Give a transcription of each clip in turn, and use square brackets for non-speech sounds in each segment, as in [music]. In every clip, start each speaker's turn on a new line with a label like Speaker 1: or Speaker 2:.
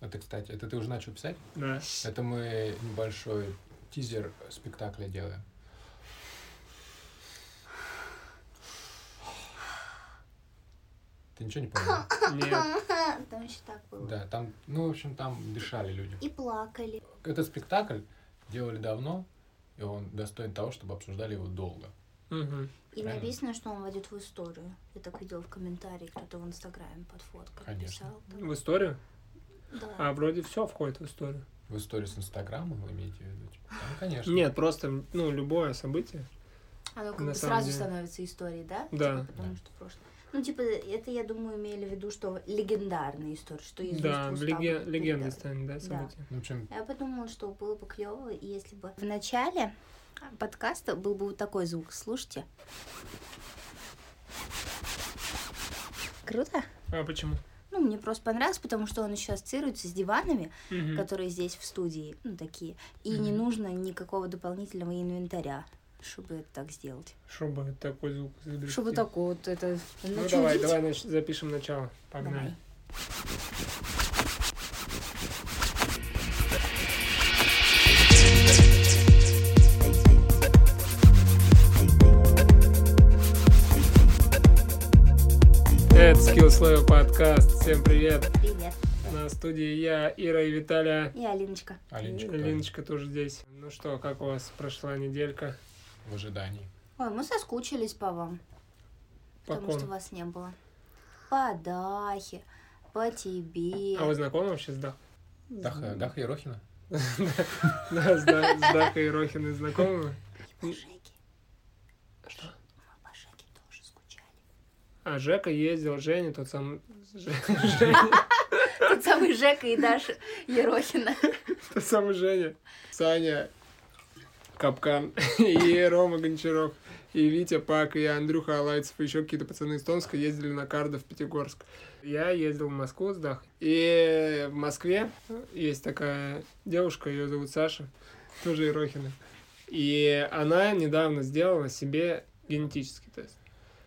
Speaker 1: Это, кстати, это ты уже начал писать?
Speaker 2: Да.
Speaker 1: Это мы небольшой тизер спектакля делаем. Ты ничего не понял?
Speaker 2: Нет.
Speaker 3: Там еще так было.
Speaker 1: Да, там, ну, в общем, там дышали люди.
Speaker 3: И плакали.
Speaker 1: Этот спектакль делали давно, и он достоин того, чтобы обсуждали его долго.
Speaker 2: Мгм.
Speaker 3: И
Speaker 1: Правильно.
Speaker 3: написано, что он войдет в историю. Я так видела в комментарии, кто-то в Инстаграме под фоткой
Speaker 1: Конечно.
Speaker 3: писал. там.
Speaker 2: В историю?
Speaker 3: Да.
Speaker 2: А вроде все входит в историю.
Speaker 1: В истории с Инстаграма вы имеете в виду? Типа, там, конечно.
Speaker 2: Нет, просто, ну, любое событие.
Speaker 3: Оно как
Speaker 2: А, на самом
Speaker 3: бы сразу
Speaker 2: деле.
Speaker 3: становится историей, да?
Speaker 2: Да.
Speaker 3: Типа, потому
Speaker 1: Да.
Speaker 3: что прошлое. Ну, типа, это, я думаю, имели в виду, что легендарная история, что из
Speaker 2: Да,
Speaker 3: уст в уста
Speaker 2: леге-
Speaker 3: будут
Speaker 2: легенда
Speaker 3: передавать.
Speaker 2: станет, да,
Speaker 3: Да.
Speaker 2: событие.
Speaker 1: Ну, в общем,
Speaker 3: Я подумала, что было бы клево, если бы в начале подкаста был бы вот такой звук. Слушайте. Круто?
Speaker 2: А почему?
Speaker 3: Ну, мне просто понравилось, потому что он еще ассоциируется с диванами,
Speaker 2: Мгм.
Speaker 3: которые здесь в студии, ну, такие. И не
Speaker 2: Мгм.
Speaker 3: нужно никакого дополнительного инвентаря, чтобы это так сделать.
Speaker 2: Чтобы такой звук изобрести.
Speaker 3: Чтобы так вот это...
Speaker 2: Ну,
Speaker 3: начудить.
Speaker 2: давай, давай нач- запишем начало. Погнали.
Speaker 3: Давай.
Speaker 2: Это Skills Level подкаст. Всем привет.
Speaker 3: Привет.
Speaker 2: На студии я, Ира и Виталия.
Speaker 3: И Алиночка.
Speaker 1: Алиночка
Speaker 2: И
Speaker 1: тоже
Speaker 2: Линочка тоже здесь. Ну что, как у вас прошла неделька?
Speaker 1: в ожидании.
Speaker 3: Ой, мы соскучились по вам,
Speaker 2: По
Speaker 3: потому что
Speaker 2: ком?
Speaker 3: вас не было. По Дахе, по тебе.
Speaker 2: А вы знакомы вообще с Дахой?
Speaker 1: Даха, Даха Ерохина?
Speaker 2: [laughs] Да, с Да- с Дахой и Рохиной знакомы?
Speaker 3: И по Жеке.
Speaker 2: Что?
Speaker 3: Мы по Жеке тоже скучали.
Speaker 2: А Жека ездил, Женя, тот сам... Ж- [laughs] Женя,
Speaker 3: Тот самый Жека и Даша
Speaker 2: [laughs]
Speaker 3: Ерохина.
Speaker 2: тот самый Женя. Саня Капкан [laughs] и Рома Гончаров. И Витя Пак, и Андрюха Алайцев, и еще какие-то пацаны из Томска ездили на кардо в Пятигорск. Я ездил в Москву с Дахой. И в Москве есть такая девушка, ее зовут Саша, тоже Ирохина. И она недавно сделала себе генетический тест.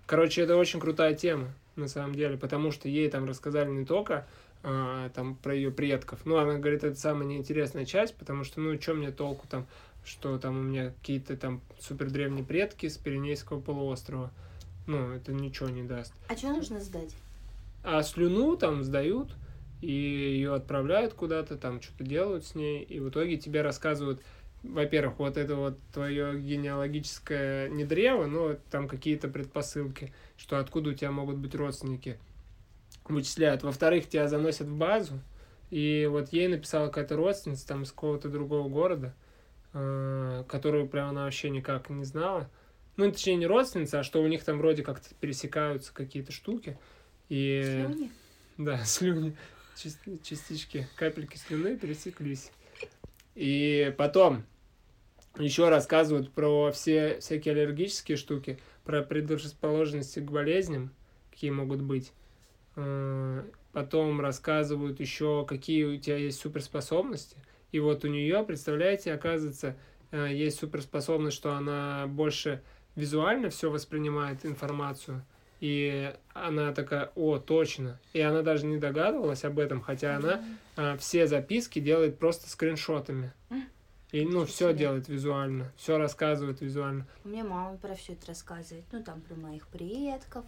Speaker 2: Короче, это очень крутая тема, на самом деле, потому что ей там рассказали не только а, там про ее предков. Ну, она говорит, это самая неинтересная часть, потому что, ну, что мне толку там, что там у меня какие-то там супер древние предки с Пиренейского полуострова. Ну, это ничего не даст.
Speaker 3: А что нужно сдать?
Speaker 2: А слюну там сдают, и ее отправляют куда-то, там что-то делают с ней, и в итоге тебе рассказывают, во-первых, вот это вот твое генеалогическое не древо, но там какие-то предпосылки, что откуда у тебя могут быть родственники, вычисляют. Во-вторых, тебя заносят в базу, и вот ей написала какая-то родственница там из какого-то другого города, э, которую прям она вообще никак не знала. Ну, точнее, не родственница, а что у них там вроде как-то пересекаются какие-то штуки. И...
Speaker 3: Слюни?
Speaker 2: Да, [laughs] слюни, час- частички, капельки слюны пересеклись. И потом еще рассказывают про все всякие аллергические штуки, про предрасположенности к болезням, какие могут быть. Э, Потом рассказывают еще, какие у тебя есть суперспособности. И вот у нее, представляете, оказывается, э, есть суперспособность, что она больше визуально все воспринимает информацию. И она такая, о, точно. И она даже не догадывалась об этом, хотя она а, все записки делает просто скриншотами.
Speaker 3: М.
Speaker 2: И, ну,
Speaker 3: Ничего
Speaker 2: все
Speaker 3: себе.
Speaker 2: делает визуально, все рассказывает визуально.
Speaker 3: Мне мама про все это рассказывает. Ну, там про моих предков,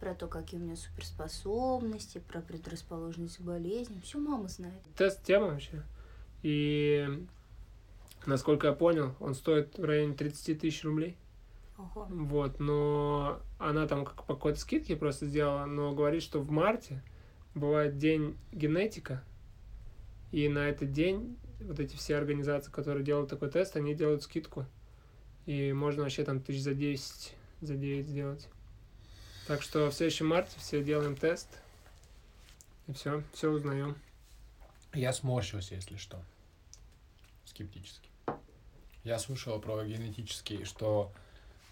Speaker 3: про то, какие у меня суперспособности, про предрасположенность к болезням. Все мама знает.
Speaker 2: Тест-тема вообще. И, насколько я понял, он стоит в районе 30 тысяч рублей.
Speaker 3: Ого.
Speaker 2: Вот, но она там как по какой-то скидке просто сделала, но говорит, что в марте бывает день генетика, и на этот день вот эти все организации, которые делают такой тест, они делают скидку. И можно вообще там тысяч за 10, за 9 сделать. Так что в следующем марте все делаем тест. И все, все узнаем.
Speaker 1: Я сморщился, если что. Скептически. Я слышал про генетические, что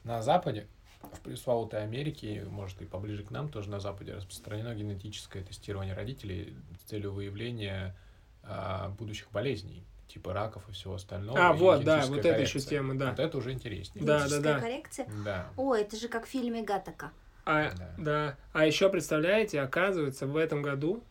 Speaker 1: на Западе, в пресловутой Америке, и, может, и поближе к нам тоже на Западе распространено генетическое тестирование родителей с целью выявления а, будущих болезней, типа раков и всего остального.
Speaker 2: а,
Speaker 1: и
Speaker 2: вот, да,
Speaker 1: генетическая
Speaker 2: вот это еще
Speaker 1: коррекция.
Speaker 2: тема, да.
Speaker 1: Вот это уже интереснее.
Speaker 2: Да, Ну, да,
Speaker 3: Генетическая
Speaker 2: да.
Speaker 3: коррекция.
Speaker 1: Да.
Speaker 3: О, это же как в фильме Гатака.
Speaker 2: А,
Speaker 1: Да.
Speaker 2: да. А еще представляете, оказывается, в этом году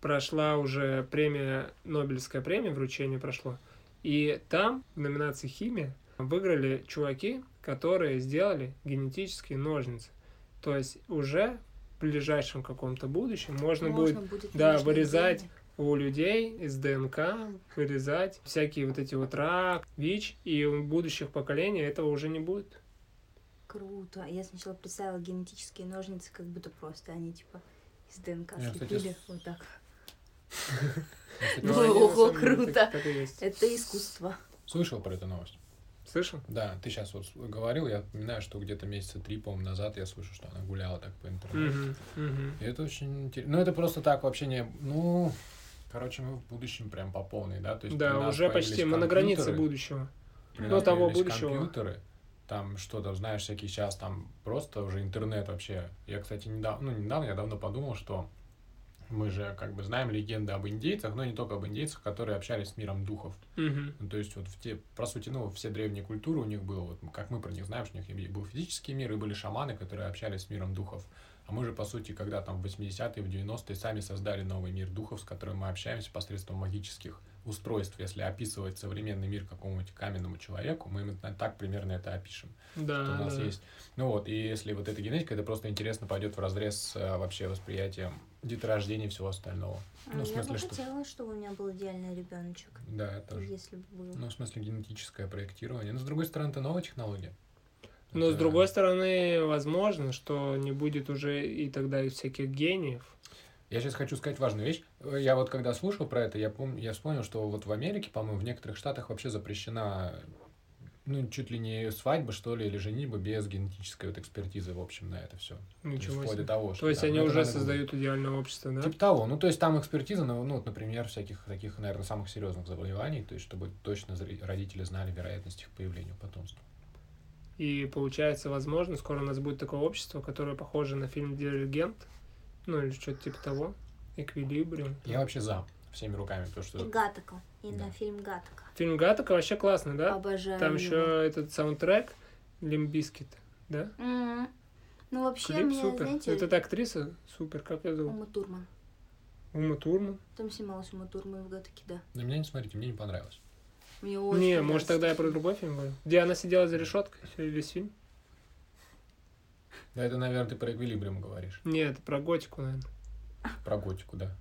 Speaker 2: прошла уже премия, Нобелевская премия, вручение прошло. И там в номинации «Химия» выиграли чуваки, которые сделали генетические ножницы. То есть уже в ближайшем каком-то будущем можно, будет да,
Speaker 3: конечно,
Speaker 2: вырезать
Speaker 3: отдельно.
Speaker 2: у людей из ДНК вырезать всякие вот эти вот рак, ВИЧ, и у будущих поколений этого уже не будет.
Speaker 3: Круто. Я сначала представила генетические ножницы, как будто просто они типа из ДНК
Speaker 1: Я, кстати,
Speaker 3: слепили.
Speaker 1: с-
Speaker 3: Вот так.
Speaker 1: Кстати,
Speaker 3: Ну,
Speaker 2: Но они на
Speaker 3: ого,
Speaker 2: самом деле
Speaker 3: круто.
Speaker 2: Так, так и есть.
Speaker 3: Это искусство.
Speaker 1: Слышал про эту новость?
Speaker 2: Слышал?
Speaker 1: Да, ты сейчас вот говорил, я понимаю, что где-то месяца три, по-моему, назад я слышу, что она гуляла так по интернету.
Speaker 2: Мгм, мгм.
Speaker 1: И это очень интересно. Ну, это просто так вообще не... Ну, короче, мы в будущем прям по полной, да? То есть при
Speaker 2: Да,
Speaker 1: нас
Speaker 2: уже почти
Speaker 1: появились
Speaker 2: мы на границе
Speaker 1: компьютеры,
Speaker 2: будущего.
Speaker 1: при
Speaker 2: ну,
Speaker 1: нас
Speaker 2: того
Speaker 1: появились
Speaker 2: будущего.
Speaker 1: компьютеры, там что-то, знаешь, всякие сейчас там просто уже интернет вообще. Я, кстати, недавно, ну, недавно, я давно подумал, что мы же как бы знаем легенды об индейцах, но не только об индейцах, которые общались с миром духов.
Speaker 2: Мгм.
Speaker 1: Ну, то есть вот в те, по сути, ну, все древние культуры у них было, вот как мы про них знаем, что у них был физический мир, и были шаманы, которые общались с миром духов. А мы же, по сути, когда там в 80-е, в 90-е сами создали новый мир духов, с которым мы общаемся посредством магических устройств. Если описывать современный мир какому-нибудь каменному человеку, мы именно так примерно это опишем
Speaker 2: Да,
Speaker 1: что у нас
Speaker 2: да.
Speaker 1: есть. Ну вот, и если вот эта генетика, это просто интересно пойдет в разрез с э, вообще восприятием деторождения и всего остального.
Speaker 3: А
Speaker 1: Ну, в
Speaker 3: я бы
Speaker 1: смысле, что...
Speaker 3: хотела, чтобы у меня был идеальный ребеночек.
Speaker 1: Да, это же.
Speaker 3: Если бы был.
Speaker 1: Ну, в смысле, генетическое проектирование. Но, с другой стороны, это новая технология.
Speaker 2: Но Ну, с
Speaker 1: Это-
Speaker 2: другой стороны, возможно, что не будет уже и тогда и всяких гениев.
Speaker 1: Я сейчас хочу сказать важную вещь. Э, Я вот когда слушал про это, я, помню, я вспомнил, что вот в Америке, по-моему, в некоторых штатах вообще запрещена ну, чуть ли не свадьба, что ли, или женитьба без генетической вот экспертизы, в общем, на это все.
Speaker 2: Ничего
Speaker 1: Вплоть до
Speaker 2: себе.
Speaker 1: того, что...
Speaker 2: То есть
Speaker 1: там,
Speaker 2: они
Speaker 1: это
Speaker 2: уже
Speaker 1: надо было.
Speaker 2: создают идеальное общество, да?
Speaker 1: Типа того. Ну, то есть там экспертиза, ну, ну, вот, например, всяких таких, наверное, самых серьезных заболеваний, то есть чтобы точно зри- родители знали вероятность их появления у потомства.
Speaker 2: И получается, возможно, скоро у нас будет такое общество, которое похоже на фильм «Диригент», ну или что-то типа того, «Эквилибриум».
Speaker 1: Я вообще за всеми руками, потому
Speaker 3: И
Speaker 1: что...
Speaker 3: Гатака. И
Speaker 1: Да.
Speaker 3: на фильм Гатака.
Speaker 2: Фильм Гатака вообще классный, да?
Speaker 3: Обожаю.
Speaker 2: Там
Speaker 3: его.
Speaker 2: еще этот саундтрек «Лимбискет», да?
Speaker 3: М. Ну вообще,
Speaker 2: Клип
Speaker 3: меня,
Speaker 2: супер.
Speaker 3: знаете,
Speaker 2: Вот эта актриса супер, как ее зовут?
Speaker 3: Ума Турман.
Speaker 2: Ума Турман?
Speaker 3: Там снималась Ума Турман в Гатаке, да.
Speaker 1: На меня не смотрите, мне не понравилось.
Speaker 3: Мне очень
Speaker 2: Не, может
Speaker 3: понравился.
Speaker 2: тогда я про другой фильм говорю. Где она сидела за решеткой весь фильм?
Speaker 1: Да это, наверное, ты про эквилибриум говоришь.
Speaker 2: Нет, это про готику, наверное.
Speaker 1: Про готику, да.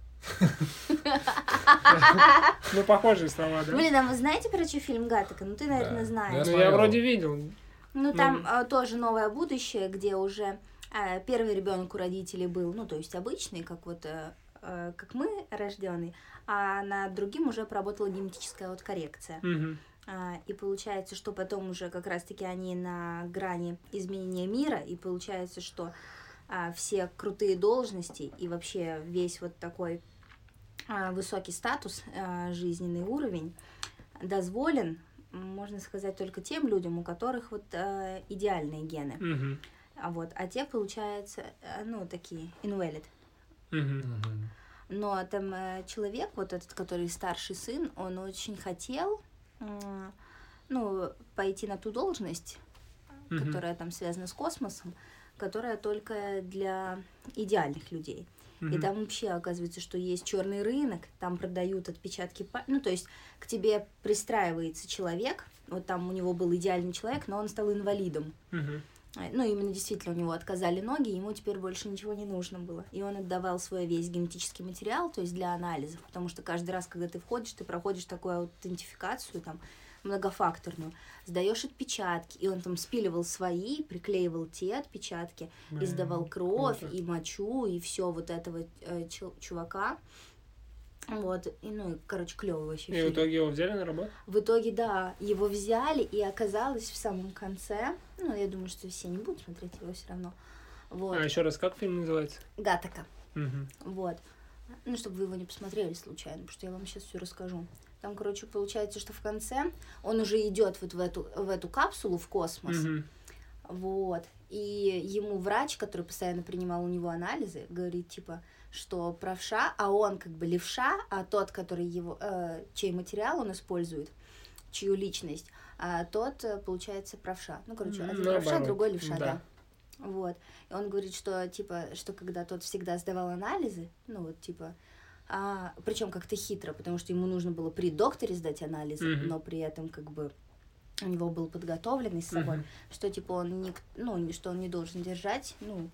Speaker 2: Ну, похожие слова, да?
Speaker 3: Блин, а вы знаете про чей фильм Гатака? Ну ты, наверное,
Speaker 1: Да.
Speaker 3: знаешь.
Speaker 1: Я
Speaker 2: Ну, я
Speaker 1: смотрел.
Speaker 2: вроде видел.
Speaker 3: Ну,
Speaker 2: Ну,
Speaker 3: там а, тоже новое будущее, где уже а, первый ребенок у родителей был, ну, то есть обычный, как вот э, э, как мы рожденный, а над другим уже поработала генетическая вот коррекция.
Speaker 2: Мгм.
Speaker 3: А, и получается, что потом уже как раз-таки они на грани изменения мира, и получается, что а, все крутые должности и вообще весь вот такой а, высокий статус, а, жизненный уровень дозволен, м, можно сказать, только тем людям, у которых вот а, идеальные гены.
Speaker 2: Мгм.
Speaker 3: А вот, а те, получается, э, ну, такие invalid.
Speaker 2: Мгм.
Speaker 1: Мгм.
Speaker 3: Но там э, человек, вот этот, который старший сын, он очень хотел, м, ну, пойти на ту должность,
Speaker 2: Мгм.
Speaker 3: которая там связана с космосом, которая только для идеальных людей. И
Speaker 2: Мгм.
Speaker 3: там вообще оказывается, что есть черный рынок, там продают отпечатки пальцев. Ну, то есть к тебе пристраивается человек, вот там у него был идеальный человек, но он стал инвалидом.
Speaker 2: Мгм.
Speaker 3: Э, Ну, именно действительно у него отказали ноги, ему теперь больше ничего не нужно было. И он отдавал свой весь генетический материал, то есть для анализов, потому что каждый раз, когда ты входишь, ты проходишь такую аутентификацию, там, многофакторную, сдаешь отпечатки, и он там спиливал свои, приклеивал те отпечатки, и сдавал
Speaker 2: Блин,
Speaker 3: кровь,
Speaker 2: круто.
Speaker 3: и мочу, и все вот этого э, чел- чувака. Вот, и, ну, и, короче, клевый вообще.
Speaker 2: И
Speaker 3: фильм.
Speaker 2: в итоге его взяли на работу? А
Speaker 3: В итоге, да, его взяли, и оказалось в самом конце, ну, я думаю, что все не будут смотреть его все равно, вот,
Speaker 2: А еще раз, как фильм называется?
Speaker 3: Гатака,
Speaker 2: Мгм.
Speaker 3: вот. Ну, чтобы вы его не посмотрели случайно, потому что я вам сейчас все расскажу. Там, короче, получается, что в конце он уже идет вот в эту, в эту капсулу, в космос,
Speaker 2: Мгм.
Speaker 3: вот. И ему врач, который постоянно принимал у него анализы, говорит, типа, что правша, а он как бы левша, а тот, который его, э, чей материал он использует, чью личность, а тот, э, получается, правша. Ну, короче, один
Speaker 2: Наоборот,
Speaker 3: правша, другой левша,
Speaker 2: да.
Speaker 3: да. Вот. И он говорит, что, типа, что когда тот всегда сдавал анализы, ну, вот, типа, причем как-то хитро, потому что ему нужно было при докторе сдать анализы,
Speaker 2: Мгм.
Speaker 3: но при этом как бы у него был подготовленный с собой,
Speaker 2: Мгм.
Speaker 3: что типа он не, ну не- что он не должен держать, ну,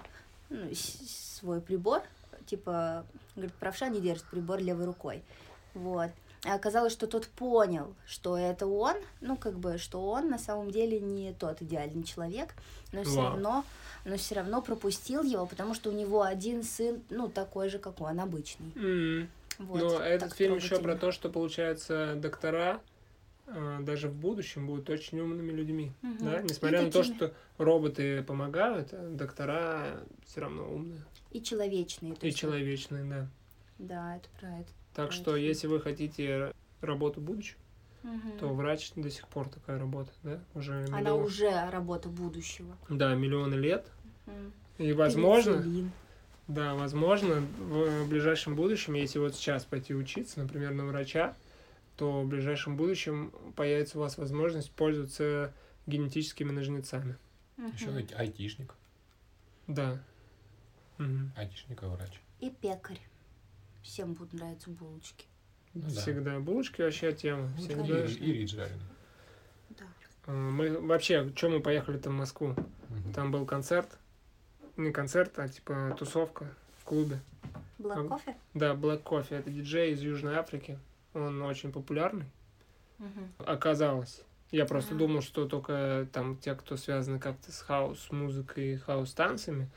Speaker 3: ну, с- свой прибор, типа говорит правша не держит прибор левой рукой, вот. А оказалось, что тот понял, что это он, ну как бы, что он на самом деле не тот идеальный человек, но все
Speaker 2: Вау.
Speaker 3: равно, но все равно пропустил его, потому что у него один сын, ну такой же, как он обычный.
Speaker 2: М.
Speaker 3: Вот,
Speaker 2: Но
Speaker 3: так
Speaker 2: Ну, а этот фильм еще про
Speaker 3: трогательно.
Speaker 2: то, что, получается, доктора э, даже в будущем будут очень умными людьми.
Speaker 3: Мгм.
Speaker 2: Да?
Speaker 3: И
Speaker 2: Несмотря на то,
Speaker 3: такими-
Speaker 2: что роботы помогают, а доктора все равно умные
Speaker 3: И человечные. то
Speaker 2: и
Speaker 3: есть,
Speaker 2: человечные, да.
Speaker 3: Да, это про это.
Speaker 2: Так что,
Speaker 3: Точно.
Speaker 2: если вы хотите работу будущего,
Speaker 3: Мгм.
Speaker 2: то врач до сих пор такая работа, да? Уже
Speaker 3: Она
Speaker 2: миллион-
Speaker 3: уже работа будущего.
Speaker 2: Да, миллионы лет.
Speaker 3: М.
Speaker 2: И, возможно,
Speaker 3: Пенициллин.
Speaker 2: Да, возможно, в ближайшем будущем, если вот сейчас пойти учиться, например, на врача, то в ближайшем будущем появится у вас возможность пользоваться генетическими ножницами.
Speaker 3: Мгм.
Speaker 1: Еще ведь айтишник.
Speaker 2: Да. Мгм.
Speaker 1: Айтишник и врач.
Speaker 3: И пекарь. Всем будут нравиться булочки.
Speaker 1: Ну да.
Speaker 2: Всегда. Булочки вообще тема.
Speaker 1: Ну,
Speaker 2: Всегда.
Speaker 1: и,
Speaker 3: конечно.
Speaker 1: и рид жареный.
Speaker 3: Да.
Speaker 2: Э, Мы вообще, чем мы поехали-то в Москву?
Speaker 1: Мгм.
Speaker 2: Там был концерт. Не концерт, а типа тусовка в клубе.
Speaker 3: Блэк
Speaker 2: Как-
Speaker 3: кофе?
Speaker 2: Да, Black Coffee. Это диджей из Южной Африки. Он очень популярный. э,
Speaker 3: Мгм.
Speaker 2: Оказалось. Я просто
Speaker 3: А.
Speaker 2: думал, что только там те, кто связаны как-то с хаос-музыкой и хаос-танцами,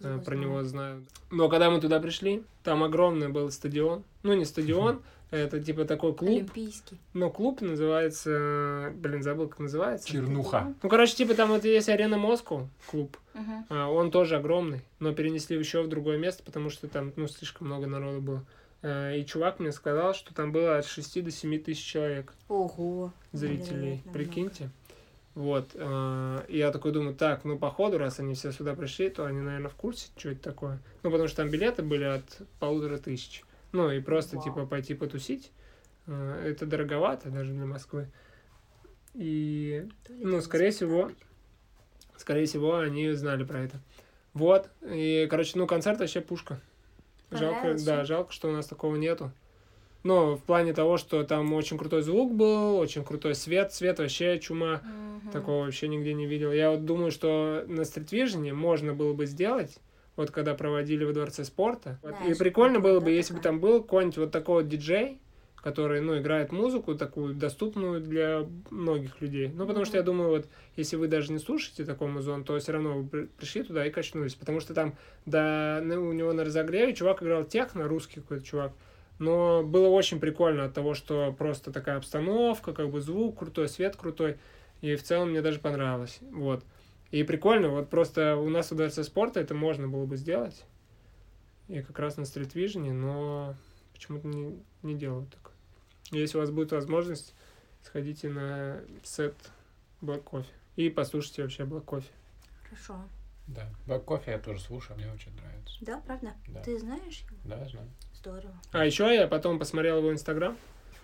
Speaker 2: э,
Speaker 3: Его
Speaker 2: про
Speaker 3: знаю.
Speaker 2: него знают. Но когда мы туда пришли, там огромный был стадион. Ну, не стадион, это типа такой клуб.
Speaker 3: Олимпийский.
Speaker 2: Но клуб называется... э, Блин, забыл, как называется.
Speaker 1: Чернуха.
Speaker 2: Ну, короче, типа там вот есть арена Москва, клуб.
Speaker 3: Мгм.
Speaker 2: А, Он тоже огромный, но перенесли еще в другое место, потому что там, ну, слишком много народу было. Э, И чувак мне сказал, что там было от 6 до 7 тысяч человек
Speaker 3: Ого.
Speaker 2: зрителей.
Speaker 3: Невероятно
Speaker 2: Прикиньте. Вот. э, и я такой думаю, так, ну, походу, раз они все сюда пришли, то они, наверное, в курсе, что это такое. Ну, потому что там билеты были от полутора тысяч. Ну, и просто,
Speaker 3: Вау.
Speaker 2: типа, пойти потусить. э, это дороговато даже для Москвы. И,
Speaker 3: много. То ли
Speaker 2: ну,
Speaker 3: это
Speaker 2: скорее
Speaker 3: не
Speaker 2: всего, скорее всего, они знали про это. Вот. И, короче, ну, концерт вообще пушка. Жалко,
Speaker 3: Понравился?
Speaker 2: да, жалко, что у нас такого нету. Но в плане того, что там очень крутой звук был, очень крутой свет, свет вообще чума.
Speaker 3: Мгм.
Speaker 2: Такого вообще нигде не видел. Я вот думаю, что на стритвижне можно было бы сделать, вот когда проводили во Дворце спорта. Вот,
Speaker 3: Да,
Speaker 2: и
Speaker 3: ещё
Speaker 2: прикольно
Speaker 3: прикольно,
Speaker 2: было
Speaker 3: да,
Speaker 2: бы, если бы
Speaker 3: такая.
Speaker 2: там был какой-нибудь вот такой вот диджей, который, ну, играет музыку такую доступную для многих людей. Ну, потому что я
Speaker 3: Мгм.
Speaker 2: думаю, вот, если вы даже не слушаете такой музон, то все равно вы при- пришли туда и качнулись. Потому что там, да, ну, у него на разогреве чувак играл техно, русский какой-то чувак. Но было очень прикольно от того, что просто такая обстановка, как бы звук крутой, свет крутой. И в целом мне даже понравилось. Вот. И прикольно, вот просто у нас в Дворце спорта это можно было бы сделать. И как раз на стритвижне, но почему-то не, не делают так. Если у вас будет возможность, сходите на сет Black Coffee и послушайте вообще Black Coffee.
Speaker 3: Хорошо.
Speaker 1: Да. Бэк кофе я тоже слушаю, мне очень нравится.
Speaker 3: Да, правда?
Speaker 1: Да.
Speaker 3: Ты знаешь?
Speaker 1: Да, я знаю.
Speaker 3: Здорово.
Speaker 2: А еще я потом посмотрел его инстаграм,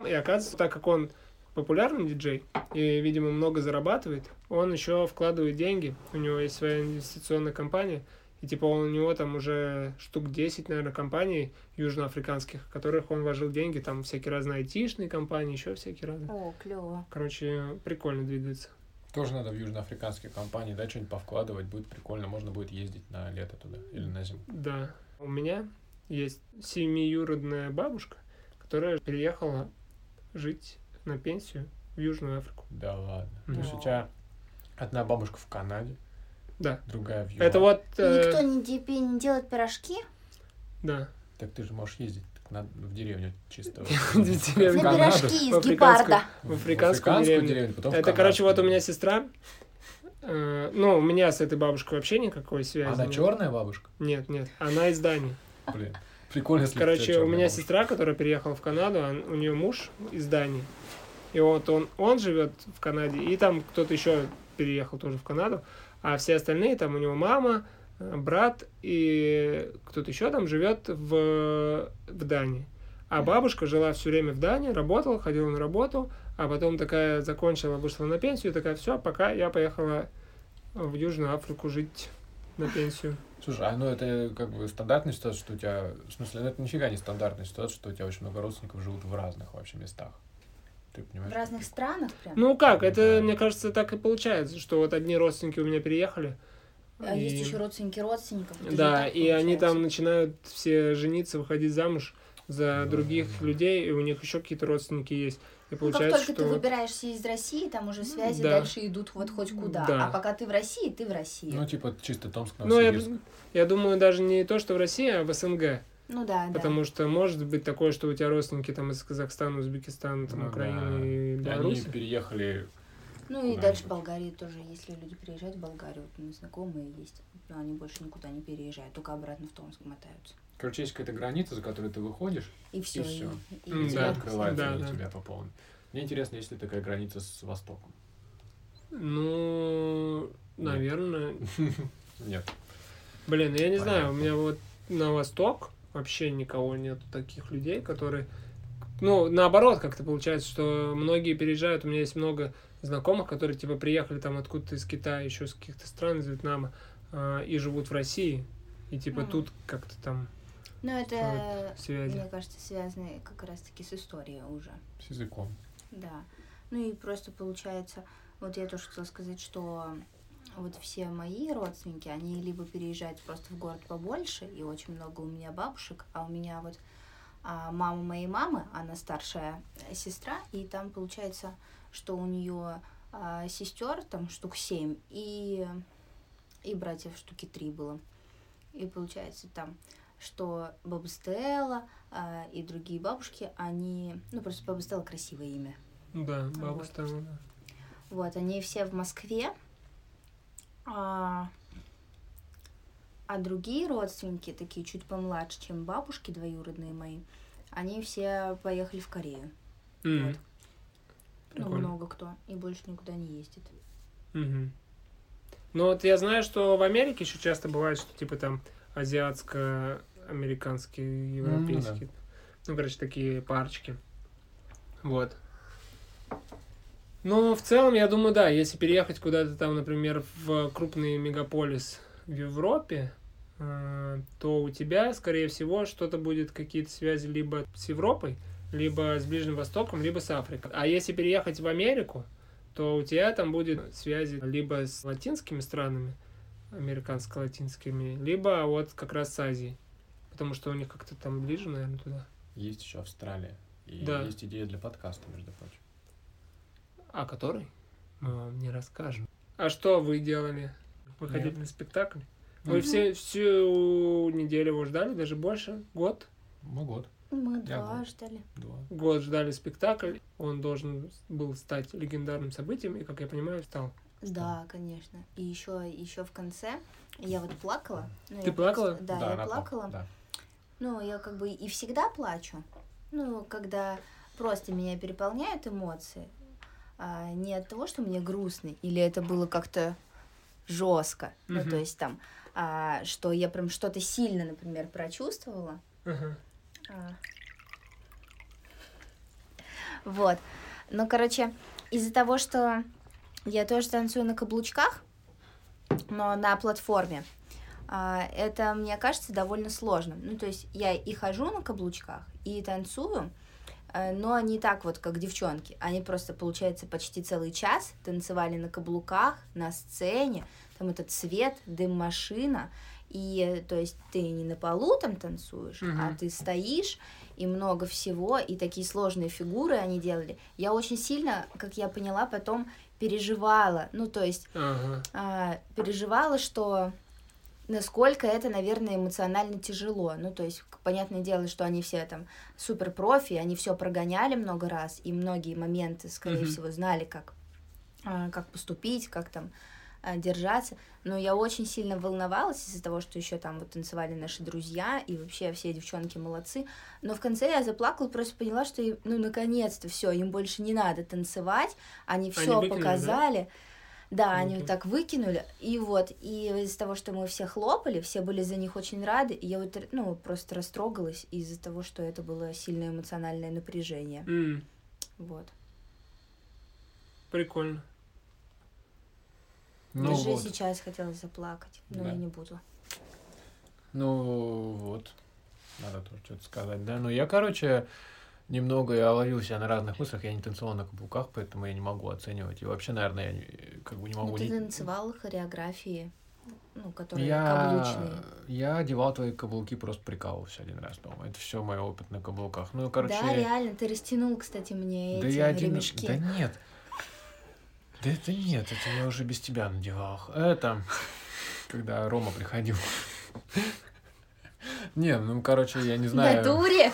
Speaker 2: и оказывается, так как он популярный диджей и, видимо, много зарабатывает, он еще вкладывает деньги, у него есть своя инвестиционная компания, и типа он- у него там уже штук 10, наверное, компаний южноафриканских, в которых он вложил деньги, там всякие разные айтишные компании, еще всякие разные.
Speaker 3: О, клево.
Speaker 2: Короче, прикольно двигается.
Speaker 1: Тоже надо в южноафриканские компании, да, что-нибудь повкладывать, будет прикольно, можно будет ездить на лето туда или на зиму.
Speaker 2: Да. У меня есть семиюродная бабушка, которая переехала жить на пенсию в Южную Африку.
Speaker 1: Да ладно. То
Speaker 2: Мгм.
Speaker 1: есть у тебя одна бабушка в Канаде,
Speaker 2: Да.
Speaker 1: другая в ЮАР.
Speaker 2: Это вот... э,
Speaker 3: Ну, Никто не, тебе не делает пирожки?
Speaker 2: Да.
Speaker 1: Так ты же можешь ездить так на- в деревню чисто.
Speaker 2: В деревню.
Speaker 1: В
Speaker 3: На
Speaker 1: Канаду.
Speaker 3: пирожки
Speaker 2: в
Speaker 3: из
Speaker 2: африканскую-
Speaker 3: гепарда.
Speaker 2: В африканскую
Speaker 1: деревню.
Speaker 2: деревню.
Speaker 1: потом в
Speaker 2: Это,
Speaker 1: канадскую
Speaker 2: короче, вот у меня
Speaker 1: деревню.
Speaker 2: сестра. э, Ну, у меня с этой бабушкой вообще никакой связи.
Speaker 1: Она
Speaker 2: нет.
Speaker 1: черная бабушка?
Speaker 2: Нет, нет. Она из Дании.
Speaker 1: Блин. Прикольно, если у тебя
Speaker 2: Короче, у
Speaker 1: чёрная
Speaker 2: меня
Speaker 1: бабушка.
Speaker 2: сестра, которая переехала в Канаду, он- у нее муж из Дании. И вот он, он живет в Канаде, и там кто-то еще переехал тоже в Канаду, а все остальные, там у него мама, э, брат и кто-то еще там живет в, в Дании. А бабушка жила все время в Дании, работала, ходила на работу, а потом такая закончила, вышла на пенсию, и такая, все, пока я поехала в Южную Африку жить на пенсию.
Speaker 1: Слушай, а ну это как бы стандартная ситуация, что у тебя... В смысле, ну, это нифига не стандартная ситуация, что у тебя очень много родственников живут в разных вообще местах. Ты
Speaker 3: В
Speaker 1: понимаешь?
Speaker 3: разных странах прям.
Speaker 2: Ну как, это,
Speaker 1: Да.
Speaker 2: мне кажется, так и получается, что вот одни родственники у меня переехали.
Speaker 3: А
Speaker 2: и-
Speaker 3: Есть еще родственники родственников. это же
Speaker 2: Да,
Speaker 3: так
Speaker 2: и они
Speaker 3: получается.
Speaker 2: там начинают все жениться, выходить замуж за
Speaker 1: Да,
Speaker 2: других
Speaker 1: да.
Speaker 2: людей, и у них еще какие-то родственники есть. И
Speaker 3: Ну, как
Speaker 2: получается,
Speaker 3: только
Speaker 2: что...
Speaker 3: ты выбираешься из России, там уже связи
Speaker 2: да.
Speaker 3: дальше идут вот хоть куда.
Speaker 2: Да.
Speaker 3: А пока ты в России, ты в России.
Speaker 1: Ну, типа, чисто Томск,
Speaker 2: Ну, я,
Speaker 1: Новосибирск.
Speaker 2: я думаю, даже не то, что в России, а в СНГ.
Speaker 3: Ну да, да.
Speaker 2: Потому что может быть такое, что у тебя родственники там из Казахстана, Узбекистана, там,
Speaker 1: Ну
Speaker 2: Украины
Speaker 1: да.
Speaker 2: и
Speaker 1: И Они
Speaker 2: Беларуси.
Speaker 1: переехали...
Speaker 3: Ну и
Speaker 1: Да.
Speaker 3: дальше в Болгарии тоже, если люди приезжают в Болгарию, вот у меня знакомые есть, но они больше никуда не переезжают, только обратно в Томск мотаются.
Speaker 1: Короче, есть какая-то граница, за которой ты выходишь,
Speaker 3: И все.
Speaker 1: всё.
Speaker 3: и,
Speaker 1: и
Speaker 2: М,
Speaker 1: тебя
Speaker 2: да.
Speaker 1: открывают,
Speaker 2: Да,
Speaker 1: они
Speaker 2: да.
Speaker 1: тебя по полной. Мне интересно, есть ли такая граница с Востоком?
Speaker 2: Ну,
Speaker 1: Нет.
Speaker 2: наверное.
Speaker 1: Нет.
Speaker 2: Блин, я не знаю, у
Speaker 1: Понятно.
Speaker 2: меня вот на восток вообще никого нет таких людей, которые... Ну, наоборот, как-то получается, что многие переезжают. У меня есть много знакомых, которые, типа, приехали там откуда-то из Китая, еще с каких-то стран, из Вьетнама, а, и живут в России. И, типа,
Speaker 3: Мгм.
Speaker 2: тут как-то там
Speaker 3: Ну это,
Speaker 2: строят связи.
Speaker 3: мне кажется, связано как раз-таки с историей уже.
Speaker 1: С языком.
Speaker 3: Да. Ну и просто получается, вот я тоже хотела сказать, что вот все мои родственники, они либо переезжают просто в город побольше, и очень много у меня бабушек, а у меня вот а, мама моей мамы, она старшая э, сестра, и там получается, что у нее а, сестер там штук семь, и, и братьев штуки три было. И получается там, что баба Стелла, а, и другие бабушки, они... Ну, просто баба Стелла красивое имя.
Speaker 2: Ну Да, бабушка
Speaker 3: Вот. Вот, они все в Москве. А, а другие родственники, такие чуть помладше, чем бабушки двоюродные мои, они все поехали в Корею. Вот. Ну,
Speaker 2: Прикольно.
Speaker 3: много кто. И больше никуда не ездит.
Speaker 2: Мгм. Ну вот я знаю, что в Америке еще часто бывает, что типа там азиатско-американские, европейские. Ну, короче, такие парочки. Вот. Ну, в целом, я думаю, да, если переехать куда-то там, например, в крупный мегаполис в Европе, э, то у тебя, скорее всего, что-то будет, какие-то связи либо с Европой, либо с Ближним Востоком, либо с Африкой. А если переехать в Америку, то у тебя там будет связи либо с латинскими странами, американско-латинскими, либо вот как раз с Азией. Потому что у них как-то там ближе, наверное, туда.
Speaker 1: Есть еще Австралия. И
Speaker 2: Да.
Speaker 1: есть идея для подкаста, между прочим.
Speaker 2: А который? Мы вам не расскажем. А что вы делали? Вы
Speaker 1: Нет.
Speaker 2: ходили на спектакль? Вы
Speaker 1: Ну,
Speaker 2: все, всю неделю его ждали, даже больше? Год?
Speaker 1: Мы Ну, год,
Speaker 3: Ну, Мы
Speaker 1: Я
Speaker 3: два
Speaker 1: был.
Speaker 3: ждали.
Speaker 1: два.
Speaker 2: Год ждали спектакль. Он должен был стать легендарным событием, и, как я понимаю, стал.
Speaker 3: Да, конечно. И еще, еще в конце я вот плакала. Ну,
Speaker 2: Ты
Speaker 3: я просто-
Speaker 2: плакала?
Speaker 3: Да, я
Speaker 1: она пла-
Speaker 3: плакала.
Speaker 1: Да.
Speaker 3: Ну, я как бы и всегда плачу. Ну, когда просто меня переполняют эмоции, а, не от того, что мне грустно, или это было как-то жестко. Ну,
Speaker 2: Мгм.
Speaker 3: то есть там, а, что я прям что-то сильно, например, прочувствовала.
Speaker 2: Ага.
Speaker 3: А. Вот. Ну, короче, из-за того, что я тоже танцую на каблучках, но на платформе, а, это, мне кажется, довольно сложно. Ну, то есть я и хожу на каблучках, и танцую, э, но не так вот, как девчонки. Они просто, получается, почти целый час танцевали на каблуках, на сцене, там этот свет, дым машина, и, э, то есть, ты не на полу там танцуешь, а
Speaker 2: Мгм.
Speaker 3: ты стоишь, и много всего, и такие сложные фигуры они делали. Я очень сильно, как я поняла, потом переживала, ну, то есть,
Speaker 2: Ага.
Speaker 3: а, переживала, что насколько это, наверное, эмоционально тяжело. Ну, то есть, к- понятное дело, что они все там супер профи, они все прогоняли много раз, и многие моменты, скорее
Speaker 2: Мгм.
Speaker 3: всего, знали, как, а, как поступить, как там а, держаться. Но я очень сильно волновалась из-за того, что еще там вот танцевали наши друзья, и вообще все девчонки молодцы. Но в конце я заплакала, просто поняла, что, им, ну, наконец-то все, им больше не надо танцевать, они все
Speaker 2: выкинули, да?
Speaker 3: показали. Да, они
Speaker 2: Круто.
Speaker 3: вот так выкинули, и вот, и из-за того, что мы все хлопали, все были за них очень рады, и я вот, р- ну, просто растрогалась из-за того, что это было сильное эмоциональное напряжение,
Speaker 2: М,
Speaker 3: вот.
Speaker 2: Прикольно.
Speaker 1: Ну
Speaker 3: Даже
Speaker 1: вот.
Speaker 3: сейчас хотелось заплакать, но
Speaker 1: Ну Да.
Speaker 3: я не буду.
Speaker 1: Ну вот, надо тоже что-то сказать, да. Ну я, короче, немного я ловил себя на разных мыслях, я не танцевал на каблуках, поэтому я не могу оценивать. И вообще, наверное, я не- как бы не могу...
Speaker 4: Ну, ты
Speaker 1: ни-
Speaker 4: танцевал хореографии, ну, которые
Speaker 1: я,
Speaker 4: каблучные.
Speaker 1: я одевал твои каблуки, просто прикалывался один раз дома. Это все мой опыт на каблуках. Ну, короче,
Speaker 4: Да, реально, ты растянул, кстати, мне
Speaker 1: Да
Speaker 4: эти
Speaker 1: я один...
Speaker 4: ремешки.
Speaker 1: Да нет. Да это нет, это я уже без тебя надевал. Это когда Рома приходил. Не, ну, короче, я не
Speaker 4: В
Speaker 1: знаю. [laughs]
Speaker 4: натуре?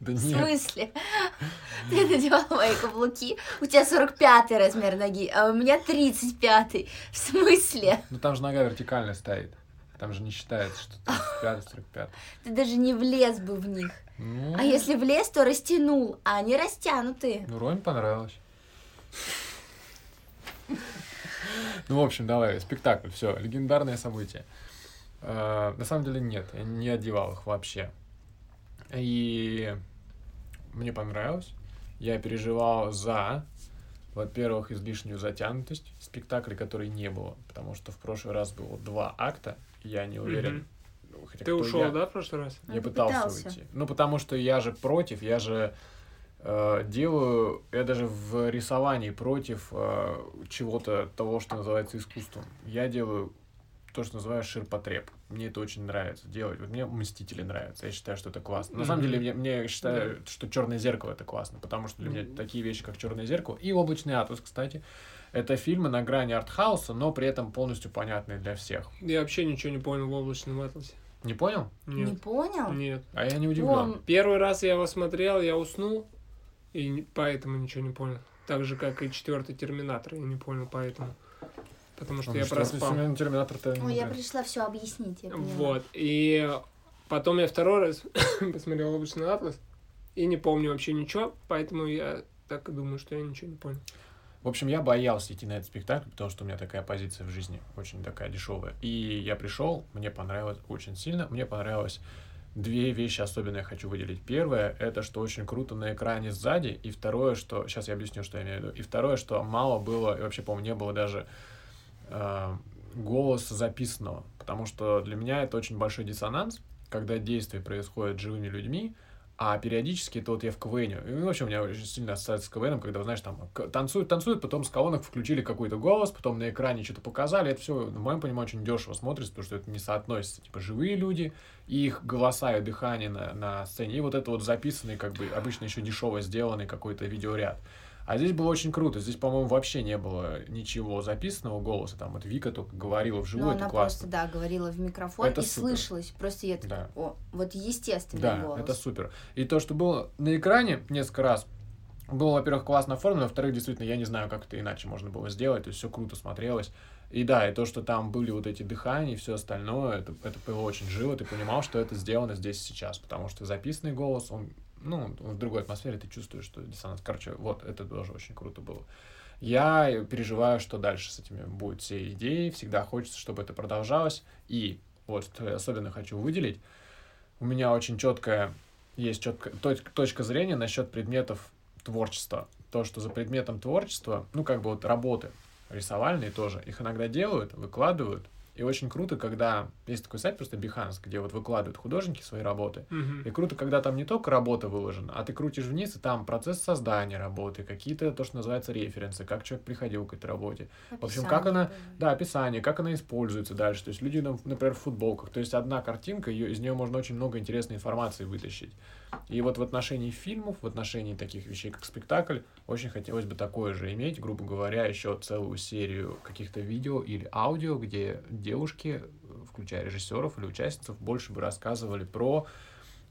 Speaker 1: Да
Speaker 4: В
Speaker 1: нет.
Speaker 4: смысле? [laughs] Ты надевал мои каблуки, у тебя 45 размер ноги, а у меня 35 В смысле?
Speaker 1: Ну, там же нога вертикально стоит. Там же не считается, что 35-45.
Speaker 4: Ты даже не влез бы в них.
Speaker 1: Ну,
Speaker 4: А если влез, то растянул, а они растянутые.
Speaker 1: ну, Роме понравилось. [laughs] Ну, в общем, давай, спектакль, все, легендарное событие. Э, На самом деле нет, я не одевал их вообще. И мне понравилось. Я переживал за, во-первых, излишнюю затянутость спектакля, который не было, потому что в прошлый раз было два акта, и я не уверен. ну, хотя
Speaker 2: Ты
Speaker 1: кто
Speaker 2: ушел,
Speaker 1: я?
Speaker 2: да, в прошлый раз?
Speaker 4: Ну,
Speaker 1: я
Speaker 4: ты
Speaker 1: пытался,
Speaker 4: пытался.
Speaker 1: уйти. Ну, потому что я же против, я же э, делаю, я даже в рисовании против э, чего-то того, что называется искусством. Я делаю то, что называю ширпотреб. Мне это очень нравится делать. Вот мне мстители нравятся. Я считаю, что это классно. На самом
Speaker 2: Мгм.
Speaker 1: деле, мне, мне я считаю, что черное зеркало это классно, потому что для меня
Speaker 2: Мгм.
Speaker 1: такие вещи, как черное зеркало и облачный атлас, кстати, это фильмы на грани артхауса, но при этом полностью понятные для всех.
Speaker 2: Я вообще ничего не понял в облачном атласе.
Speaker 1: Не понял?
Speaker 4: Не
Speaker 2: Нет.
Speaker 4: понял?
Speaker 2: Нет.
Speaker 1: А я не удивлен.
Speaker 4: О,
Speaker 2: Первый раз я его смотрел, я уснул, и не- поэтому ничего не понял. Так же, как и четвертый Терминатор, я не понял поэтому. Потому что
Speaker 1: Ну,
Speaker 2: я
Speaker 1: четвертый
Speaker 2: проспал.
Speaker 1: фильм Терминатор-то
Speaker 4: Ой, я
Speaker 1: не-
Speaker 4: пришла все объяснить. я поняла.
Speaker 2: Вот. И потом я второй раз [laughs] посмотрел «Облачный атлас» и не помню вообще ничего, поэтому я так и думаю, что я ничего не понял.
Speaker 1: В общем, я боялся идти на этот спектакль, потому что у меня такая позиция в жизни, очень такая дешевая. И я пришел, мне понравилось очень сильно, мне понравилось две вещи особенно я хочу выделить. Первое, это что очень круто на экране сзади, и второе, что... Сейчас я объясню, что я имею в виду. И второе, что мало было, и вообще, по-моему, не было даже э, голоса записанного, потому что для меня это очень большой диссонанс, когда действие происходит с живыми людьми, а периодически это вот я в КВНе. И, ну, вообще у меня очень сильно ассоциация с КВНом, когда, знаешь, там к- танцуют, танцуют, потом с колонок включили какой-то голос, потом на экране что-то показали. Это все, в моем понимании, очень дешево смотрится, потому что это не соотносится. Типа живые люди, и их голоса и дыхание на, на сцене, и вот это вот записанный, как бы обычно еще дешево сделанный какой-то видеоряд. А здесь было очень круто. Здесь, по-моему, вообще не было ничего записанного голоса. Там вот Вика только говорила
Speaker 4: Ну,
Speaker 1: вживую, это
Speaker 4: она просто,
Speaker 1: классно.
Speaker 4: да, говорила в микрофон
Speaker 1: Это
Speaker 4: и
Speaker 1: супер.
Speaker 4: слышалась. Просто я такая,
Speaker 1: Да.
Speaker 4: о, вот естественный
Speaker 1: Да,
Speaker 4: голос.
Speaker 1: это супер. И то, что было на экране несколько раз, было, во-первых, классно оформлено, во-вторых, действительно, я не знаю, как это иначе можно было сделать, то есть все круто смотрелось. И да, и то, что там были вот эти дыхания и все остальное, это, это было очень живо, ты понимал, что это сделано здесь и сейчас, потому что записанный голос, он, ну, он в другой атмосфере, ты чувствуешь, что диссонанс. Короче, вот, это тоже очень круто было. Я переживаю, что дальше с этими будут все идеи, всегда хочется, чтобы это продолжалось, и вот что я особенно хочу выделить, у меня очень четкая есть четко, точка, точка зрения насчет предметов творчества. То, что за предметом творчества, ну, как бы вот работы рисовальные тоже, их иногда делают, выкладывают. И очень круто, когда... Есть такой сайт просто Behance, где вот выкладывают художники свои работы. И
Speaker 2: Мгм.
Speaker 1: круто, когда там не только работа выложена, а ты крутишь вниз, и там процесс создания работы, какие-то то, что называется референсы, как человек приходил к этой работе. В общем, как
Speaker 4: Описание
Speaker 1: она-
Speaker 4: было.
Speaker 1: Да, описание, как она используется дальше. То есть люди, нам, например, в футболках. То есть одна картинка, ее, из нее можно очень много интересной информации вытащить. И вот в отношении фильмов, в отношении таких вещей, как спектакль, очень хотелось бы такое же иметь, грубо говоря, еще целую серию каких-то видео или аудио, где девушки, э, включая режиссеров или участников, больше бы рассказывали про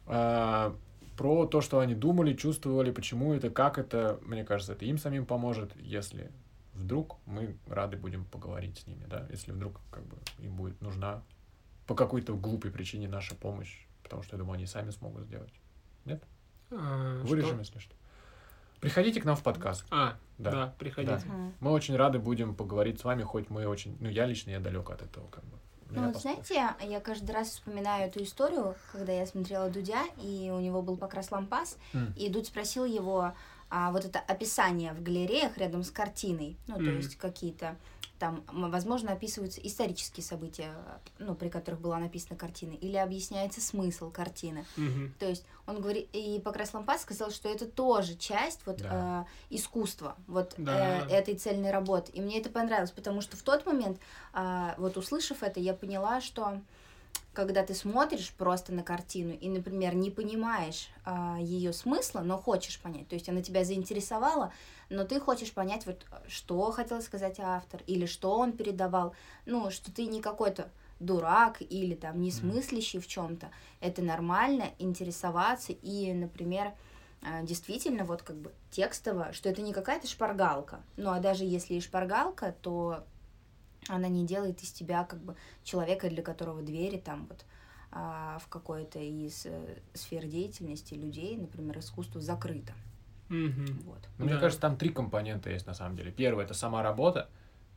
Speaker 1: э, про то, что они думали, чувствовали, почему это, как это, мне кажется, это им самим поможет, если вдруг мы рады будем поговорить с ними, да, если вдруг как бы им будет нужна по какой-то глупой причине наша помощь, потому что я думаю, они сами смогут сделать.
Speaker 2: А, что?
Speaker 1: Вырежем, если что. Приходите к нам в подкаст.
Speaker 2: А,
Speaker 1: Да.
Speaker 2: да, приходите.
Speaker 4: Мгм.
Speaker 1: Мы очень рады будем поговорить с вами, хоть мы очень, ну я лично я далек от этого как бы. Меня
Speaker 4: Ну, вот
Speaker 1: послушайте.
Speaker 4: знаете, я каждый раз вспоминаю эту историю, когда я смотрела Дудя, и у него был как раз лампас,
Speaker 1: М.
Speaker 4: и Дудь спросил его, а,
Speaker 3: а, вот это описание в галереях рядом с картиной, ну, то
Speaker 2: Мгм.
Speaker 3: есть какие-то там, м, возможно, описываются исторические события, ну, при которых была написана картина, или объясняется смысл картины.
Speaker 2: Мгм.
Speaker 3: То есть он говорит, и Покрас Лампас сказал, что это тоже часть вот
Speaker 1: Да.
Speaker 3: э, искусства, вот
Speaker 2: Да.
Speaker 3: э, этой цельной работы. И мне это понравилось, потому что в тот момент, а, вот услышав это, я поняла, что когда ты смотришь просто на картину и, например, не понимаешь ее смысла, но хочешь понять, то есть она тебя заинтересовала, но ты хочешь понять, вот э, что хотел сказать автор или что он передавал, ну, что ты не какой-то дурак или там несмыслящий в чем-то. Это нормально интересоваться и, например, а, действительно вот как бы текстово, что это не какая-то шпаргалка. Ну а даже если и шпаргалка, то она не делает из тебя как бы человека, для которого двери там вот а, в какой-то из э, сфер деятельности людей, например, искусство закрыто.
Speaker 2: Мгм.
Speaker 3: Вот.
Speaker 1: Ну, Мне
Speaker 2: Да.
Speaker 1: кажется, там три компонента есть на самом деле. Первый это сама работа,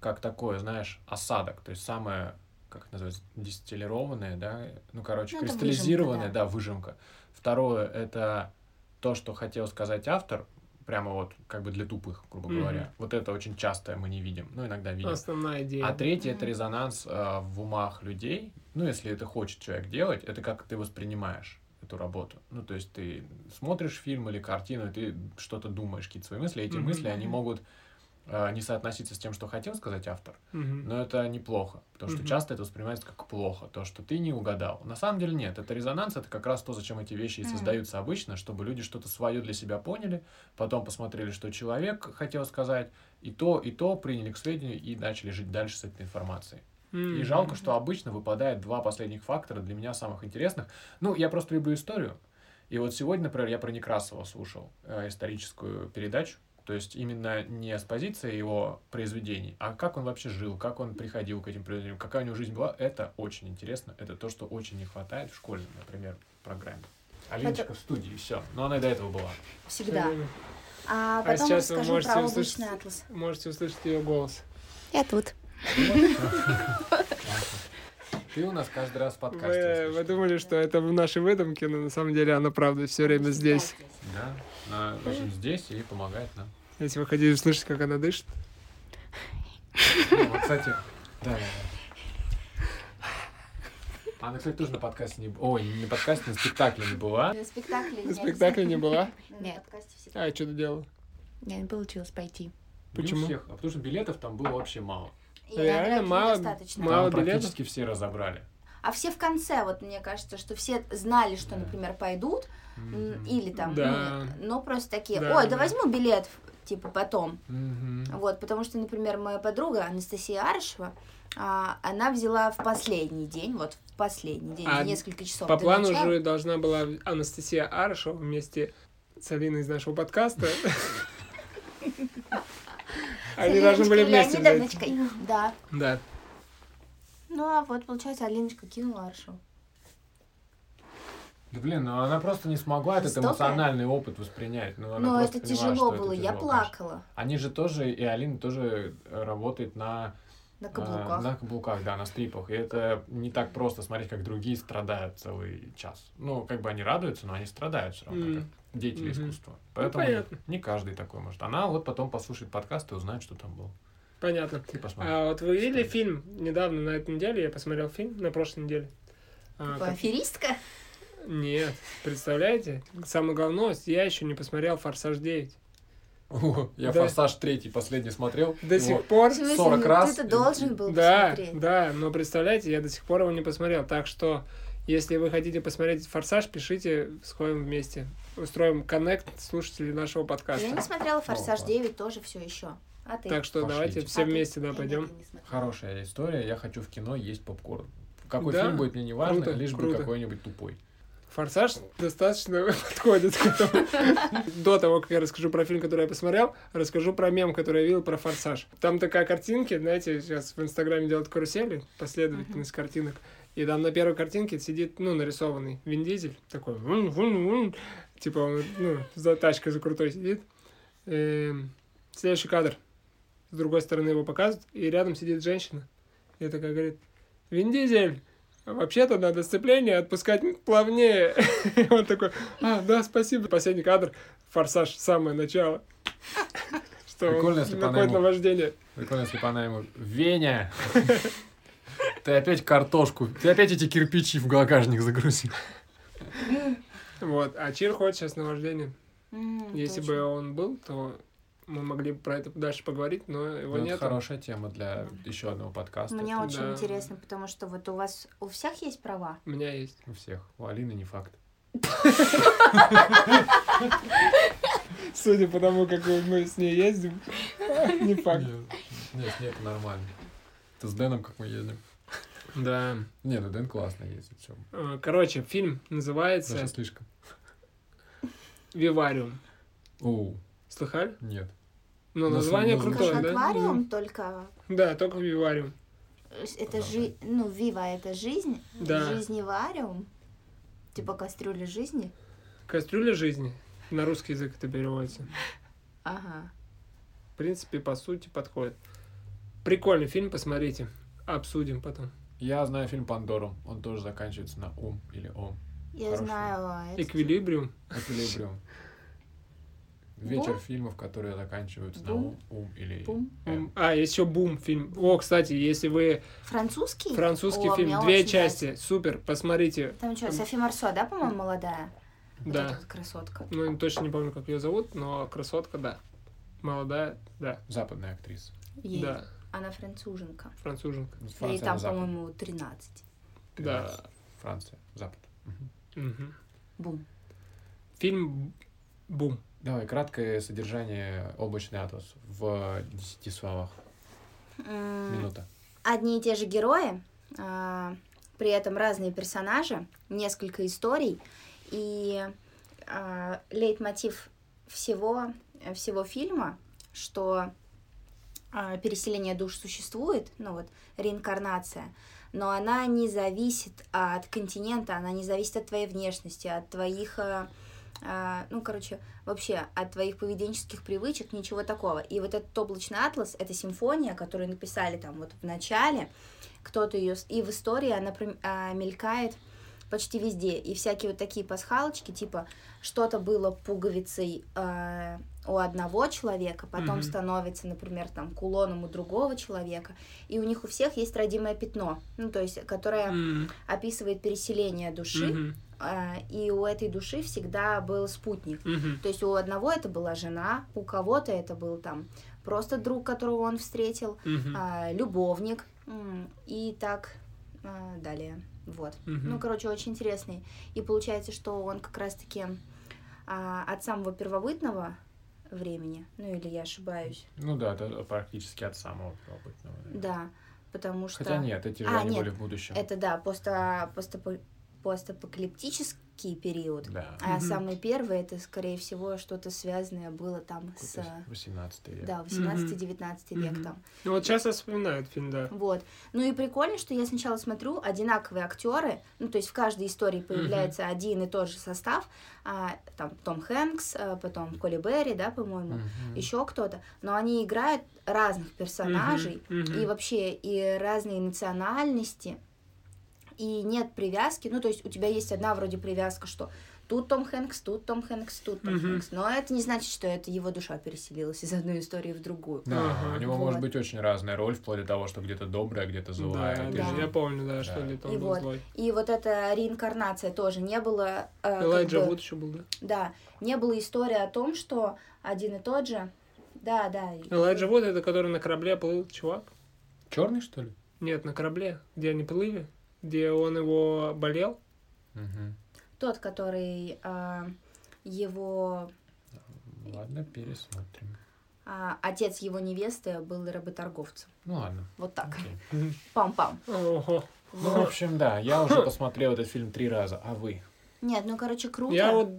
Speaker 1: как такое, знаешь, осадок, то есть самое, как это называется, дистиллированное, да, ну, короче,
Speaker 3: Ну, это
Speaker 1: кристаллизированное,
Speaker 3: выжимка,
Speaker 1: да. выжимка. Второе это то, что хотел сказать автор, прямо вот как бы для тупых, грубо
Speaker 2: Мгм.
Speaker 1: говоря. Вот это очень часто мы не видим, ну, иногда видим.
Speaker 2: Основная идея.
Speaker 1: А третье это
Speaker 4: Мгм.
Speaker 1: резонанс э, в умах людей. Ну, если это хочет человек делать, это как ты воспринимаешь эту работу. Ну, то есть ты смотришь фильм или картину, и ты что-то думаешь, какие-то свои мысли. Эти
Speaker 2: Мгм.
Speaker 1: мысли, они могут э, не соотноситься с тем, что хотел сказать автор,
Speaker 2: Мгм.
Speaker 1: но это неплохо, потому что
Speaker 2: Мгм.
Speaker 1: часто это воспринимается как плохо, то, что ты не угадал. На самом деле нет, это резонанс, это как раз то, зачем эти вещи и
Speaker 4: Мгм.
Speaker 1: создаются обычно, чтобы люди что-то свое для себя поняли, потом посмотрели, что человек хотел сказать, и то, и то приняли к сведению и начали жить дальше с этой информацией. И
Speaker 2: Мгм.
Speaker 1: жалко, что обычно выпадает два последних фактора для меня самых интересных. Ну, я просто люблю историю. И вот сегодня, например, я про Некрасова слушал э, историческую передачу. То есть именно не с позиции его произведений, а как он вообще жил, как он приходил к этим произведениям, какая у него жизнь была. Это очень интересно. Это то, что очень не хватает в школьной, например, программе. Алиночка в студии, все. Но она и до этого была.
Speaker 3: Всегда.
Speaker 2: Всё.
Speaker 3: А
Speaker 2: А
Speaker 3: потом
Speaker 2: сейчас вы
Speaker 3: расскажу
Speaker 2: можете
Speaker 3: про
Speaker 2: услышать-
Speaker 3: облачный атлас.
Speaker 2: Можете услышать ее голос.
Speaker 4: Я тут.
Speaker 1: Ты у нас каждый раз в подкасте.
Speaker 2: Вы,
Speaker 1: если
Speaker 2: вы
Speaker 1: что.
Speaker 2: думали, что это в нашей выдумке, но на самом деле она правда все время здесь.
Speaker 1: Да, она в общем, здесь и помогает нам.
Speaker 2: Если вы хотите услышать, как она дышит.
Speaker 1: Ну, вот, кстати, да, да, да. Она, кстати, тоже на подкасте не... б- Ой, не на подкасте, на спектакле не была.
Speaker 3: На спектакле
Speaker 2: На
Speaker 3: Э, нет.
Speaker 2: спектакле не была.
Speaker 3: На
Speaker 4: Нет.
Speaker 3: подкасте всегда.
Speaker 2: А, что ты делала?
Speaker 4: Я не получилось пойти.
Speaker 1: Не у
Speaker 2: Почему?
Speaker 1: всех, а потому что билетов там было вообще мало.
Speaker 3: И
Speaker 2: Реально
Speaker 3: наград
Speaker 2: мало-
Speaker 3: недостаточно.
Speaker 2: мало-
Speaker 1: там
Speaker 2: билетов?
Speaker 1: практически все разобрали.
Speaker 3: А все в конце, вот мне кажется, что все знали, что,
Speaker 1: Да.
Speaker 3: например, пойдут, м,
Speaker 1: Мгм.
Speaker 3: или там,
Speaker 2: Да.
Speaker 3: ну, но просто такие,
Speaker 2: Да,
Speaker 3: ой, да,
Speaker 2: да.
Speaker 3: возьму билет, типа, потом.
Speaker 1: Мгм.
Speaker 3: А Вот, потому что, например, моя подруга Анастасия Арышева, а, она взяла в последний день, вот в последний день,
Speaker 2: А
Speaker 3: за несколько часов
Speaker 2: По
Speaker 3: до
Speaker 2: плану
Speaker 3: начала.
Speaker 2: же должна была Анастасия Арышева вместе с Алиной из
Speaker 1: [laughs]
Speaker 2: нашего подкаста. Они
Speaker 3: С
Speaker 2: должны были вместе
Speaker 3: Леночкой
Speaker 2: взять.
Speaker 3: Леонидовночкой. Да.
Speaker 2: Да.
Speaker 3: Ну, а вот, получается, Алиночка кинула Арышеву.
Speaker 1: Да блин, ну она просто не смогла этот
Speaker 3: Жестокая.
Speaker 1: эмоциональный опыт воспринять. Ну, она
Speaker 3: Но
Speaker 1: просто
Speaker 3: это
Speaker 1: понимала,
Speaker 3: тяжело
Speaker 1: что это
Speaker 3: было, я
Speaker 1: тяжело, конечно.
Speaker 3: плакала
Speaker 1: Они же тоже, и Алина тоже э, работает на
Speaker 3: на
Speaker 1: А,
Speaker 3: каблуках. Типа,
Speaker 1: На каблуках, да, на стрипах. И это не так просто смотреть, как другие страдают целый час. Ну, как бы они радуются, но они страдают все равно,
Speaker 2: Мгм.
Speaker 1: как деятели
Speaker 2: Мгм. Ну,
Speaker 1: искусства. Поэтому
Speaker 2: понятно.
Speaker 1: не каждый такой может. Она вот потом послушает подкаст и узнает, что там [laughs] было.
Speaker 2: Понятно.
Speaker 1: Ты посмотри.
Speaker 2: А вот вы видели фильм недавно, на этой неделе, я посмотрел фильм, на прошлой неделе. А,
Speaker 3: Типа, Аферистка?
Speaker 2: как- Нет, представляете? Самое главное, я еще не посмотрел «Форсаж 9».
Speaker 1: О, Я
Speaker 2: Да.
Speaker 1: «Форсаж» третий последний смотрел.
Speaker 2: До
Speaker 1: Его-
Speaker 2: сих пор...
Speaker 3: В смысле,
Speaker 1: 40
Speaker 3: ну,
Speaker 1: раз.
Speaker 3: Ты-то должен был
Speaker 2: Да,
Speaker 3: посмотреть.
Speaker 2: да, но представляете, я до сих пор его не посмотрел. Так что, если вы хотите посмотреть «Форсаж», пишите, сходим вместе. Устроим коннект слушателей нашего
Speaker 3: Я
Speaker 2: подкаста.
Speaker 3: не смотрела «Форсаж
Speaker 1: Опа.
Speaker 3: 9» тоже все еще. А ты?
Speaker 2: Так что
Speaker 1: Пошлите.
Speaker 2: давайте все
Speaker 4: А ты?
Speaker 2: вместе,
Speaker 4: Я
Speaker 2: да,
Speaker 4: нет,
Speaker 2: пойдем.
Speaker 4: я не смотрела.
Speaker 1: Хорошая история. Я хочу в кино есть попкорн. Какой
Speaker 2: Да,
Speaker 1: фильм будет, мне не важно,
Speaker 2: круто,
Speaker 1: лишь бы
Speaker 2: круто.
Speaker 1: какой-нибудь тупой.
Speaker 2: «Форсаж» достаточно [laughs] подходит к этому. До того, как я расскажу про фильм, который я посмотрел, расскажу про мем, который я видел про «Форсаж». Там такая картинки, знаете, сейчас в Инстаграме делают карусели, последовательность картинок. И там на первой картинке сидит, ну, нарисованный Вин Дизель, такой, «Вун, вун, вун». типа, он, ну, за тачкой за крутой сидит. Эм, Следующий кадр. С другой стороны его показывают, и рядом сидит женщина. И такая говорит, Вин Дизель, Вообще-то надо сцепление отпускать плавнее. [laughs] И Он такой, а, да, спасибо. Последний кадр, форсаж, самое начало. [laughs] Что
Speaker 1: Прикольно,
Speaker 2: он
Speaker 1: если бы она
Speaker 2: находит
Speaker 1: ему-
Speaker 2: наваждение.
Speaker 1: Прикольно, если бы она ему... Веня! [laughs] Ты опять картошку, ты опять эти кирпичи в багажник загрузил.
Speaker 2: Вот, а Чир хочет сейчас наваждение.
Speaker 3: М,
Speaker 2: Если
Speaker 3: Ну, точно.
Speaker 2: бы он был, то мы могли бы про это дальше поговорить, но
Speaker 1: Ну,
Speaker 2: его
Speaker 1: Это
Speaker 2: нет.
Speaker 1: хорошая тема для еще одного подкаста.
Speaker 5: Мне
Speaker 2: это
Speaker 5: очень
Speaker 2: да.
Speaker 5: интересно, потому что вот у вас у всех есть права.
Speaker 2: У меня есть.
Speaker 1: У всех. У Алины не факт.
Speaker 2: Судя по тому, как мы с ней ездим, [laughs] не факт.
Speaker 1: Нет, нет, нормально. Это с Дэном, как мы ездим.
Speaker 2: Да.
Speaker 1: Не, ну Дэн классно ездит, все.
Speaker 2: Э, Короче, фильм называется
Speaker 1: Даже слишком.
Speaker 2: «Вивариум».
Speaker 1: Оу,
Speaker 2: Слыхали?
Speaker 1: нет.
Speaker 2: Ну,
Speaker 1: Ну,
Speaker 2: название
Speaker 1: слышал.
Speaker 2: крутое,
Speaker 3: Как
Speaker 2: да?
Speaker 3: аквариум,
Speaker 2: Мгм.
Speaker 3: только
Speaker 2: Да, только «Вивариум».
Speaker 3: э, это жизнь, ну, вива это жизнь,
Speaker 2: Да.
Speaker 3: жизневариум, типа кастрюля жизни.
Speaker 2: «Кастрюля жизни». На русский язык это переводится.
Speaker 3: Ага.
Speaker 2: В принципе, по сути, подходит. Прикольный фильм, посмотрите. Обсудим потом.
Speaker 1: Я знаю фильм «Пандорум». Он тоже заканчивается на «ум» или «ом».
Speaker 3: Я
Speaker 1: Хорошо.
Speaker 3: знаю. а, это-
Speaker 2: «Эквилибриум».
Speaker 1: Эквилибриум. Вечер фильмов, которые заканчиваются на
Speaker 3: Бум.
Speaker 1: «ум», «ум» или
Speaker 3: Бум.
Speaker 1: «эм».
Speaker 2: А, есть еще «Бум» фильм. О, кстати, если вы...
Speaker 3: Французский?
Speaker 2: Французский
Speaker 3: О,
Speaker 2: фильм,
Speaker 3: мне
Speaker 2: две
Speaker 3: очень
Speaker 2: части. Супер, посмотрите.
Speaker 3: Там что, Софи Марсо, да, по-моему, молодая? Вот эта
Speaker 2: Да.
Speaker 3: вот красотка.
Speaker 2: Ну, точно не помню, как ее зовут, но красотка, да. Молодая, да.
Speaker 1: Западная актриса.
Speaker 3: Ей.
Speaker 2: Да,
Speaker 3: Она француженка.
Speaker 2: француженка.
Speaker 1: Ну,
Speaker 3: Ей
Speaker 1: Франция,
Speaker 3: там,
Speaker 1: она Запад.
Speaker 3: по-моему, 13.
Speaker 2: Да.
Speaker 1: Франция, Запад. Мгм.
Speaker 2: Мгм.
Speaker 3: Бум.
Speaker 2: Фильм «Бум».
Speaker 1: Давай, краткое содержание «Облачный атлас» в 10 словах.
Speaker 3: М,
Speaker 1: Минута.
Speaker 3: Одни и те же герои, а, при этом разные персонажи, несколько историй. И а, лейтмотив всего, всего фильма, что а, переселение душ существует, ну вот реинкарнация, но она не зависит а, от континента, она не зависит от твоей внешности, от твоих, а, а, ну короче, вообще от твоих поведенческих привычек, ничего такого. И вот этот облачный атлас, это симфония, которую написали там вот в начале, кто-то ее, и в истории она пром- а, мелькает почти везде, и всякие вот такие пасхалочки, типа что-то было пуговицей а, у одного человека, потом
Speaker 2: Мгм.
Speaker 3: становится, например, там кулоном у другого человека, и у них у всех есть родимое пятно, ну, то есть, которое
Speaker 2: М,
Speaker 3: описывает переселение души,
Speaker 2: мгм,
Speaker 3: а, и у этой души всегда был спутник.
Speaker 2: мгм.
Speaker 3: То есть у одного это была жена, у кого-то это был там просто друг, которого он встретил,
Speaker 2: Мгм.
Speaker 3: а, любовник м, и так а, далее. Вот.
Speaker 2: Мгм.
Speaker 3: Ну, короче, очень интересный. И получается, что он как раз-таки а, от самого первобытного времени, ну или я ошибаюсь,
Speaker 1: Ну да, это практически от самого первобытного. наверное.
Speaker 3: да, потому что...
Speaker 1: Хотя нет, эти же
Speaker 3: А,
Speaker 1: они
Speaker 3: нет,
Speaker 1: были в будущем.
Speaker 3: Это да, посто, постапо- постапокалиптический период.
Speaker 1: Да.
Speaker 3: А
Speaker 2: Мгм.
Speaker 3: самый первый это, скорее всего, что-то связанное было там с
Speaker 1: Какой-то 18 век.
Speaker 3: да,
Speaker 2: Мгм.
Speaker 3: 18-19 век
Speaker 2: Мгм.
Speaker 3: там.
Speaker 2: Ну, вот сейчас я вспоминаю этот фильм, да.
Speaker 3: Вот. Ну и прикольно, что я сначала смотрю одинаковые актеры, ну то есть в каждой истории появляется один и тот же состав, а, там Том Хэнкс, а, потом Коли Берри, да, по-моему,
Speaker 1: Мгм.
Speaker 3: еще кто-то, но они играют разных персонажей,
Speaker 2: Мгм, мгм.
Speaker 3: и вообще и разные национальности, и нет привязки. Ну, то есть у тебя есть одна вроде привязка, что тут Том Хэнкс, тут Том Хэнкс, тут Том
Speaker 2: Мгм.
Speaker 3: Хэнкс. Но это не значит, что это его душа переселилась из одной истории в другую.
Speaker 1: Да,
Speaker 2: Ага.
Speaker 1: у него может
Speaker 3: Вот.
Speaker 1: быть очень разная роль, вплоть до того, что где-то добрая, где-то злая.
Speaker 2: Да,
Speaker 1: где
Speaker 2: да,
Speaker 1: же-
Speaker 2: я помню, да, что
Speaker 1: Да.
Speaker 2: где-то
Speaker 3: И
Speaker 2: он был
Speaker 3: вот,
Speaker 2: злой.
Speaker 3: И вот эта реинкарнация тоже не было... э, как
Speaker 2: Элайджа
Speaker 3: бы-
Speaker 2: Вуд еще был, да?
Speaker 3: Да, не было истории о том, что один и тот же... Да, да. и-
Speaker 2: Элайджа Вуд это который на корабле плыл, чувак.
Speaker 1: Черный, что ли?
Speaker 2: Нет, на корабле, где они плыли, где он его [laughs] болел.
Speaker 1: Мгм.
Speaker 3: Тот, который а, его...
Speaker 1: Ладно, пересмотрим.
Speaker 3: а, отец его невесты был работорговцем.
Speaker 1: Ну ладно.
Speaker 3: Вот так.
Speaker 1: окей.
Speaker 3: Пам-пам.
Speaker 2: Ого.
Speaker 1: Ну, в общем, да, я уже посмотрел этот фильм три раза, а вы?
Speaker 3: Нет, ну короче, круто.
Speaker 2: Я вот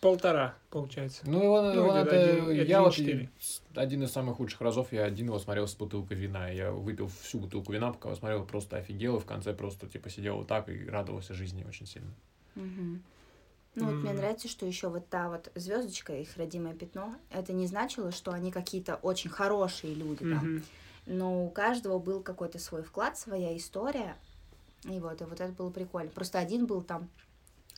Speaker 2: полтора, получается.
Speaker 1: Ну, его, его
Speaker 2: где-то
Speaker 1: надо...
Speaker 2: один-
Speaker 1: я вот...
Speaker 2: один-четыре.
Speaker 1: с- Один из самых худших разов я один его смотрел с бутылкой вина. Я выпил всю бутылку вина, пока его смотрел, просто офигел, и в конце просто, типа, сидел вот так и радовался жизни очень сильно.
Speaker 3: Мгм. Ну вот мне
Speaker 2: М.
Speaker 3: нравится, что еще вот та вот звездочка, их родимое пятно, это не значило, что они какие-то очень хорошие люди, Типа, да.
Speaker 2: Мгм.
Speaker 3: Но у каждого был какой-то свой вклад, своя история,
Speaker 4: И вот, и вот это было прикольно. Просто один был там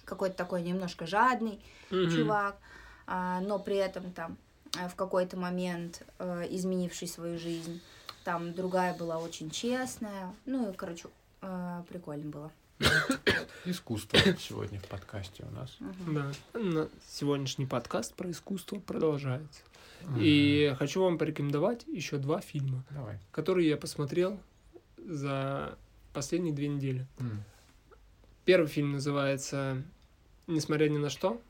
Speaker 4: какой-то такой немножко жадный,
Speaker 2: Мгм.
Speaker 4: чувак, а, но при этом там а, в какой-то момент э, изменивший свою жизнь. Там другая была очень честная. Ну и, короче, э, прикольно было.
Speaker 2: [laughs]
Speaker 1: Искусство сегодня в подкасте у нас.
Speaker 4: Мгм.
Speaker 2: Да. На- Сегодняшний подкаст про искусство продолжается. И хочу вам порекомендовать еще два фильма,
Speaker 1: Давай.
Speaker 2: которые я посмотрел за последние две недели.
Speaker 1: М.
Speaker 2: Первый фильм называется «Несмотря ни на что».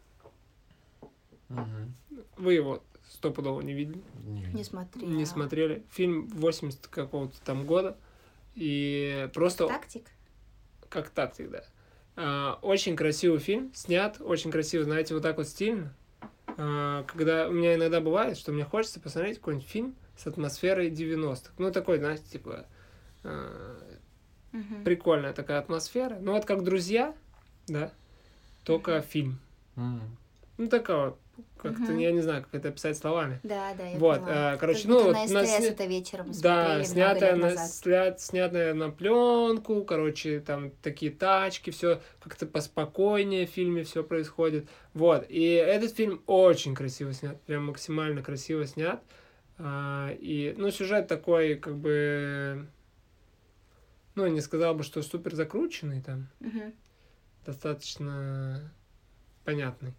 Speaker 1: Мгм.
Speaker 2: Вы его стопудово не видели,
Speaker 1: Не,
Speaker 4: Не смотри. а
Speaker 2: не смотрели. Фильм 80 какого-то там года. И просто
Speaker 4: Тактик?
Speaker 2: как так всегда. А, Очень красивый фильм, снят, очень красиво, знаете, вот так вот стильно. А, Когда у меня иногда бывает, что мне хочется посмотреть какой-нибудь фильм с атмосферой 90-х. Ну, такой, знаете, типа а,
Speaker 4: Мгм.
Speaker 2: прикольная такая атмосфера. Ну, вот как друзья, да, только фильм.
Speaker 1: М.
Speaker 2: Ну, такого, как-то,
Speaker 4: Мгм.
Speaker 2: я не знаю, как это описать словами.
Speaker 4: Да, да, я
Speaker 2: Вот,
Speaker 4: поняла.
Speaker 2: а, короче,
Speaker 4: Как
Speaker 2: ну,
Speaker 4: будто
Speaker 2: вот
Speaker 4: на
Speaker 2: на
Speaker 4: СТС
Speaker 2: сне-
Speaker 4: это вечером
Speaker 2: Да,
Speaker 4: смотрели много
Speaker 2: снятая
Speaker 4: лет
Speaker 2: на,
Speaker 4: назад.
Speaker 2: сля- снятая на пленку, короче, там такие тачки, все как-то поспокойнее в фильме все происходит. Вот, и этот фильм очень красиво снят, прям максимально красиво снят. А, и, ну, сюжет такой, как бы, ну, не сказал бы, что супер закрученный там,
Speaker 4: Мгм.
Speaker 2: достаточно понятный.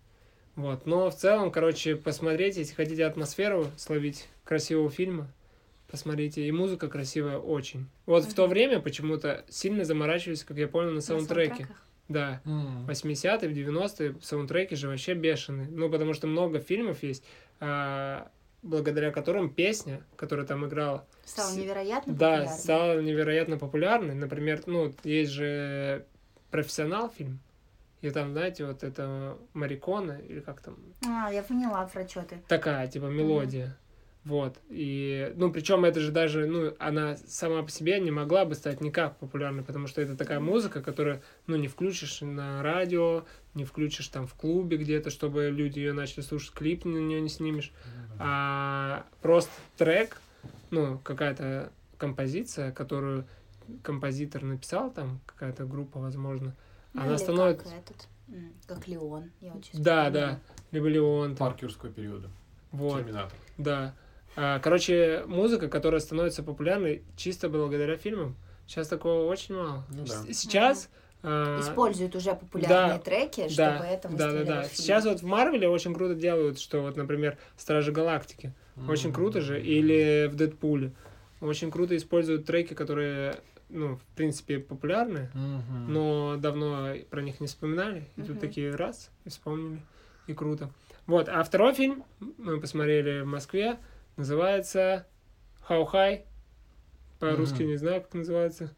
Speaker 2: Вот. Но в целом, короче, посмотреть, если хотите атмосферу словить красивого фильма, посмотрите. И музыка красивая очень. Вот в то
Speaker 4: Мгм.
Speaker 2: время почему-то сильно заморачивались, как я понял, на
Speaker 4: На
Speaker 2: саундтреке.
Speaker 4: саундтреках.
Speaker 2: Да.
Speaker 1: М.
Speaker 2: 80-е, в 90-е саундтреки же вообще бешеные. Ну, потому что много фильмов есть, а, благодаря которым песня, которая там играла,
Speaker 4: Стало
Speaker 2: С-
Speaker 4: невероятно
Speaker 2: да,
Speaker 4: популярно.
Speaker 2: стала невероятно популярной. Например, ну, вот есть же профессионал фильм. И там, знаете, вот это Марикона, или как там,
Speaker 4: А, я поняла про что ты.
Speaker 2: такая, типа, мелодия. Вот. И, ну, причем это же даже, ну, она сама по себе не могла бы стать никак популярной, потому что это такая музыка, которую, ну, не включишь на радио, не включишь там в клубе где-то, чтобы люди ее начали слушать, клип на нее не снимешь а просто трек, ну, какая-то композиция, которую композитор написал, там какая-то группа, возможно,
Speaker 4: Ну,
Speaker 2: она
Speaker 4: или
Speaker 2: становится...
Speaker 4: Как этот, м, как Леон, я вот сейчас
Speaker 2: Да,
Speaker 4: вспомнила.
Speaker 2: да, либо Леон, там,
Speaker 1: Парк юрского периода.
Speaker 2: вот,
Speaker 1: Терминатор.
Speaker 2: да. А, короче, музыка, которая становится популярной чисто благодаря фильмам. Сейчас такого очень мало.
Speaker 1: Ну
Speaker 2: С-
Speaker 1: да.
Speaker 2: Сейчас... а,
Speaker 4: Используют уже популярные
Speaker 2: да,
Speaker 4: треки, чтобы
Speaker 2: да,
Speaker 4: это
Speaker 2: да, да,
Speaker 4: выставляли
Speaker 2: да.
Speaker 4: в фильм.
Speaker 2: Сейчас вот в Марвеле очень круто делают, что вот, например, Стражи Галактики. Очень круто же. Или в Дэдпуле. Очень круто используют треки, которые, ну, в принципе, популярны,
Speaker 1: Мгм. [laughs]
Speaker 2: но давно про них не вспоминали. И
Speaker 4: Мгм.
Speaker 2: тут такие раз, и вспомнили. И круто. Вот. А второй фильм мы посмотрели в Москве. Называется «How High». По-русски
Speaker 1: Мгм.
Speaker 2: не знаю, как называется.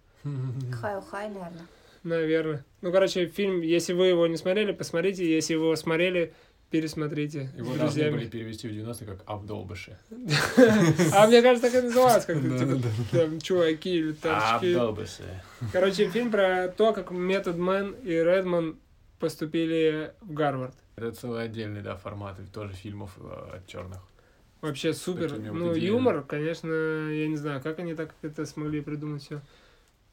Speaker 4: Хай-хай, наверное.
Speaker 2: Наверное. Ну, короче, фильм, если вы его не смотрели, посмотрите. Если вы его смотрели, пересмотрите
Speaker 1: Его
Speaker 2: с
Speaker 1: должны
Speaker 2: друзьями.
Speaker 1: были перевести в 90-е как обдолбыши.
Speaker 2: А мне кажется, так и называлось как-то. типа,
Speaker 1: Да-да-да.
Speaker 2: там чуваки или тачки.
Speaker 1: Обдолбыши.
Speaker 2: Короче, фильм про то, как Метод Мэн и Редман поступили в Гарвард.
Speaker 1: Это целый отдельный, да, формат и тоже фильмов э, от черных.
Speaker 2: Вообще супер.
Speaker 1: такими вот
Speaker 2: Ну,
Speaker 1: идеями.
Speaker 2: юмор, конечно, я не знаю, как они так это смогли придумать все.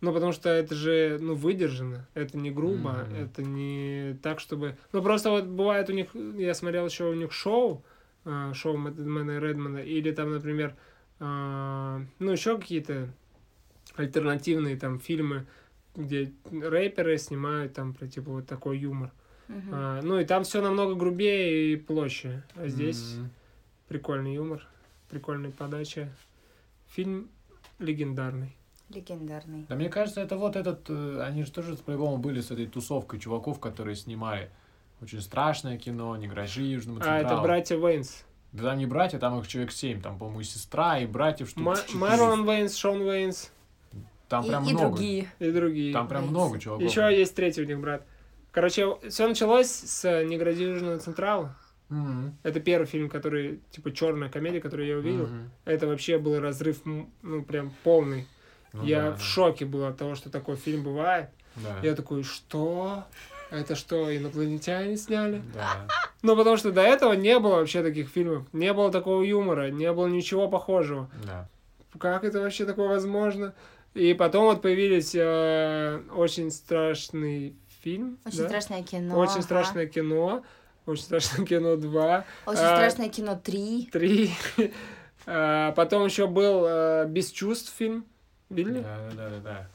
Speaker 2: Ну, потому что это же, ну, выдержано, это не грубо,
Speaker 1: Мгм.
Speaker 2: это не так, чтобы... Ну, просто вот бывает у них, я смотрел еще у них шоу, а, шоу Мэтта и Редмана, или там, например, а, ну, еще какие-то альтернативные там фильмы, где рэперы снимают там, про, типа, вот такой юмор.
Speaker 4: Мгм.
Speaker 2: А, ну, и там все намного грубее и площе, а здесь...
Speaker 1: М.
Speaker 2: Прикольный юмор, прикольная подача. Фильм легендарный.
Speaker 4: Легендарный.
Speaker 1: Да мне кажется, это вот этот... э, Они же тоже по-любому были с этой тусовкой чуваков, которые снимали очень страшное кино, не грожи Южному
Speaker 2: А это
Speaker 1: Централу.
Speaker 2: братья Вейнс.
Speaker 1: Да там не братья, там их человек семь. Там, по-моему, и сестра, и братьев штук
Speaker 2: Ма-
Speaker 1: четыре.
Speaker 2: Марлон Вейнс, Шон Вейнс
Speaker 1: Там
Speaker 4: и,
Speaker 1: прям
Speaker 4: и
Speaker 1: много.
Speaker 4: другие.
Speaker 2: и другие.
Speaker 1: Там прям
Speaker 4: Вейнсы.
Speaker 1: много чуваков.
Speaker 2: Еще есть третий у них брат. Короче, все началось с «Негради Южного Централа».
Speaker 1: Мгм.
Speaker 2: Это первый фильм, который, типа, черная комедия, которую я увидел.
Speaker 1: Мгм.
Speaker 2: Это вообще был разрыв, м, ну, прям полный.
Speaker 1: Ну
Speaker 2: я
Speaker 1: да,
Speaker 2: в шоке был от того, что такой фильм бывает.
Speaker 1: да.
Speaker 2: Я такой, что? Это что, инопланетяне сняли?
Speaker 1: Да.
Speaker 2: Ну, потому что до этого не было вообще таких фильмов. Не было такого юмора, не было ничего похожего.
Speaker 1: Да.
Speaker 2: Как это вообще такое возможно? И потом вот появились э, очень страшный фильм.
Speaker 4: Очень
Speaker 2: да?
Speaker 4: страшное кино.
Speaker 2: Очень
Speaker 4: ага.
Speaker 2: страшное кино. Очень страшное кино 2,
Speaker 4: Очень
Speaker 2: а,
Speaker 4: страшное кино 3.
Speaker 2: 3. А, Потом еще был э, Без чувств фильм. Видели?
Speaker 1: Да, да, да, да.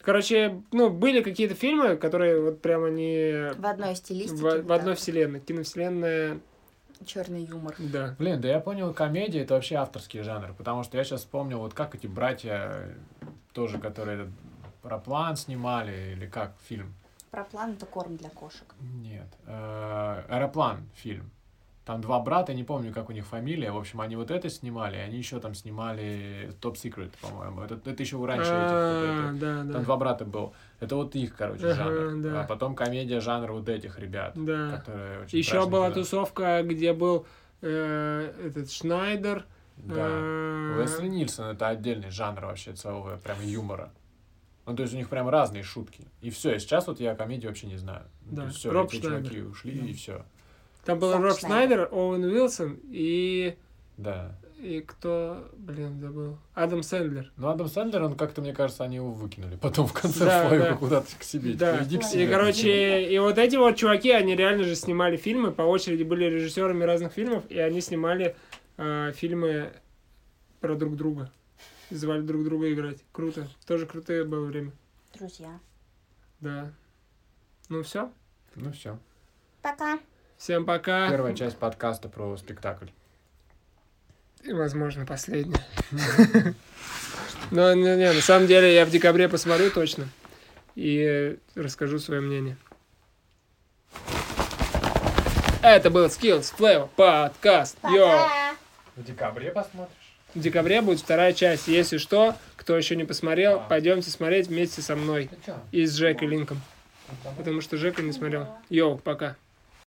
Speaker 2: Короче, ну, были какие-то фильмы, которые вот прямо не
Speaker 4: В одной
Speaker 2: в,
Speaker 4: стилистике.
Speaker 2: в одной вселенной. Киновселенная,
Speaker 4: Черный юмор.
Speaker 2: да.
Speaker 1: Блин, да я понял, комедия это вообще авторский жанр, потому что я сейчас вспомнил, вот как эти братья э, тоже, которые этот проплан снимали, или как фильм.
Speaker 4: Про план это корм для кошек.
Speaker 1: Нет. э, Аэроплан фильм. Там два брата, не помню, как у них фамилия. В общем, они вот это снимали, и они еще там снимали Top Secret, по-моему. Это, это еще раньше этих. вот
Speaker 2: А,
Speaker 1: это.
Speaker 2: да,
Speaker 1: Там
Speaker 2: да.
Speaker 1: два брата был. Это вот их, короче,
Speaker 2: Ага,
Speaker 1: жанр.
Speaker 2: да.
Speaker 1: А потом комедия жанр вот этих ребят,
Speaker 2: Да.
Speaker 1: которые очень
Speaker 2: Еще
Speaker 1: страшные
Speaker 2: была
Speaker 1: ребята.
Speaker 2: тусовка, где был э, этот Шнайдер.
Speaker 1: Да.
Speaker 2: э,
Speaker 1: Уэсли Нильсон это отдельный жанр вообще целого прям юмора. Ну, то есть у них прям разные шутки. И все, и сейчас вот я комедии вообще не знаю. Ну,
Speaker 2: Да,
Speaker 1: То есть все,
Speaker 2: Роб
Speaker 1: эти
Speaker 2: Шнайдер.
Speaker 1: чуваки ушли,
Speaker 2: Да.
Speaker 1: и все.
Speaker 2: Там был
Speaker 4: Зак
Speaker 2: Роб
Speaker 4: Шнайдер.
Speaker 2: Шнайдер, Оуэн Уилсон и...
Speaker 1: Да.
Speaker 2: И кто... Блин, забыл. Адам Сэндлер.
Speaker 1: Ну, Адам Сэндлер, он как-то, мне кажется, они его выкинули потом в конце
Speaker 2: Да,
Speaker 1: своего
Speaker 2: да.
Speaker 1: куда-то к себе.
Speaker 2: Да.
Speaker 1: Типа, иди к
Speaker 4: И,
Speaker 1: себе.
Speaker 2: И, короче, и вот эти вот чуваки, они реально же снимали фильмы, по очереди были режиссерами разных фильмов, и они снимали э, фильмы про друг друга. И Звали друг друга играть. Круто. Тоже крутое было время.
Speaker 4: Друзья.
Speaker 2: Да. Ну все.
Speaker 1: Ну, все.
Speaker 4: Пока.
Speaker 2: Всем пока.
Speaker 1: Первая часть подкаста про спектакль.
Speaker 2: И, возможно, последняя. [laughs] Но не, не, на самом деле я в декабре посмотрю точно и расскажу свое мнение. Это был Skills Flavor подкаст. Йоу!
Speaker 1: В декабре посмотришь?
Speaker 2: В декабре будет вторая часть. Если что, кто еще не
Speaker 1: А.
Speaker 2: посмотрел, пойдемте смотреть вместе со мной
Speaker 1: Ты что?
Speaker 2: и с Жекой Линком. Потому что Жека не смотрел. Йоу, пока.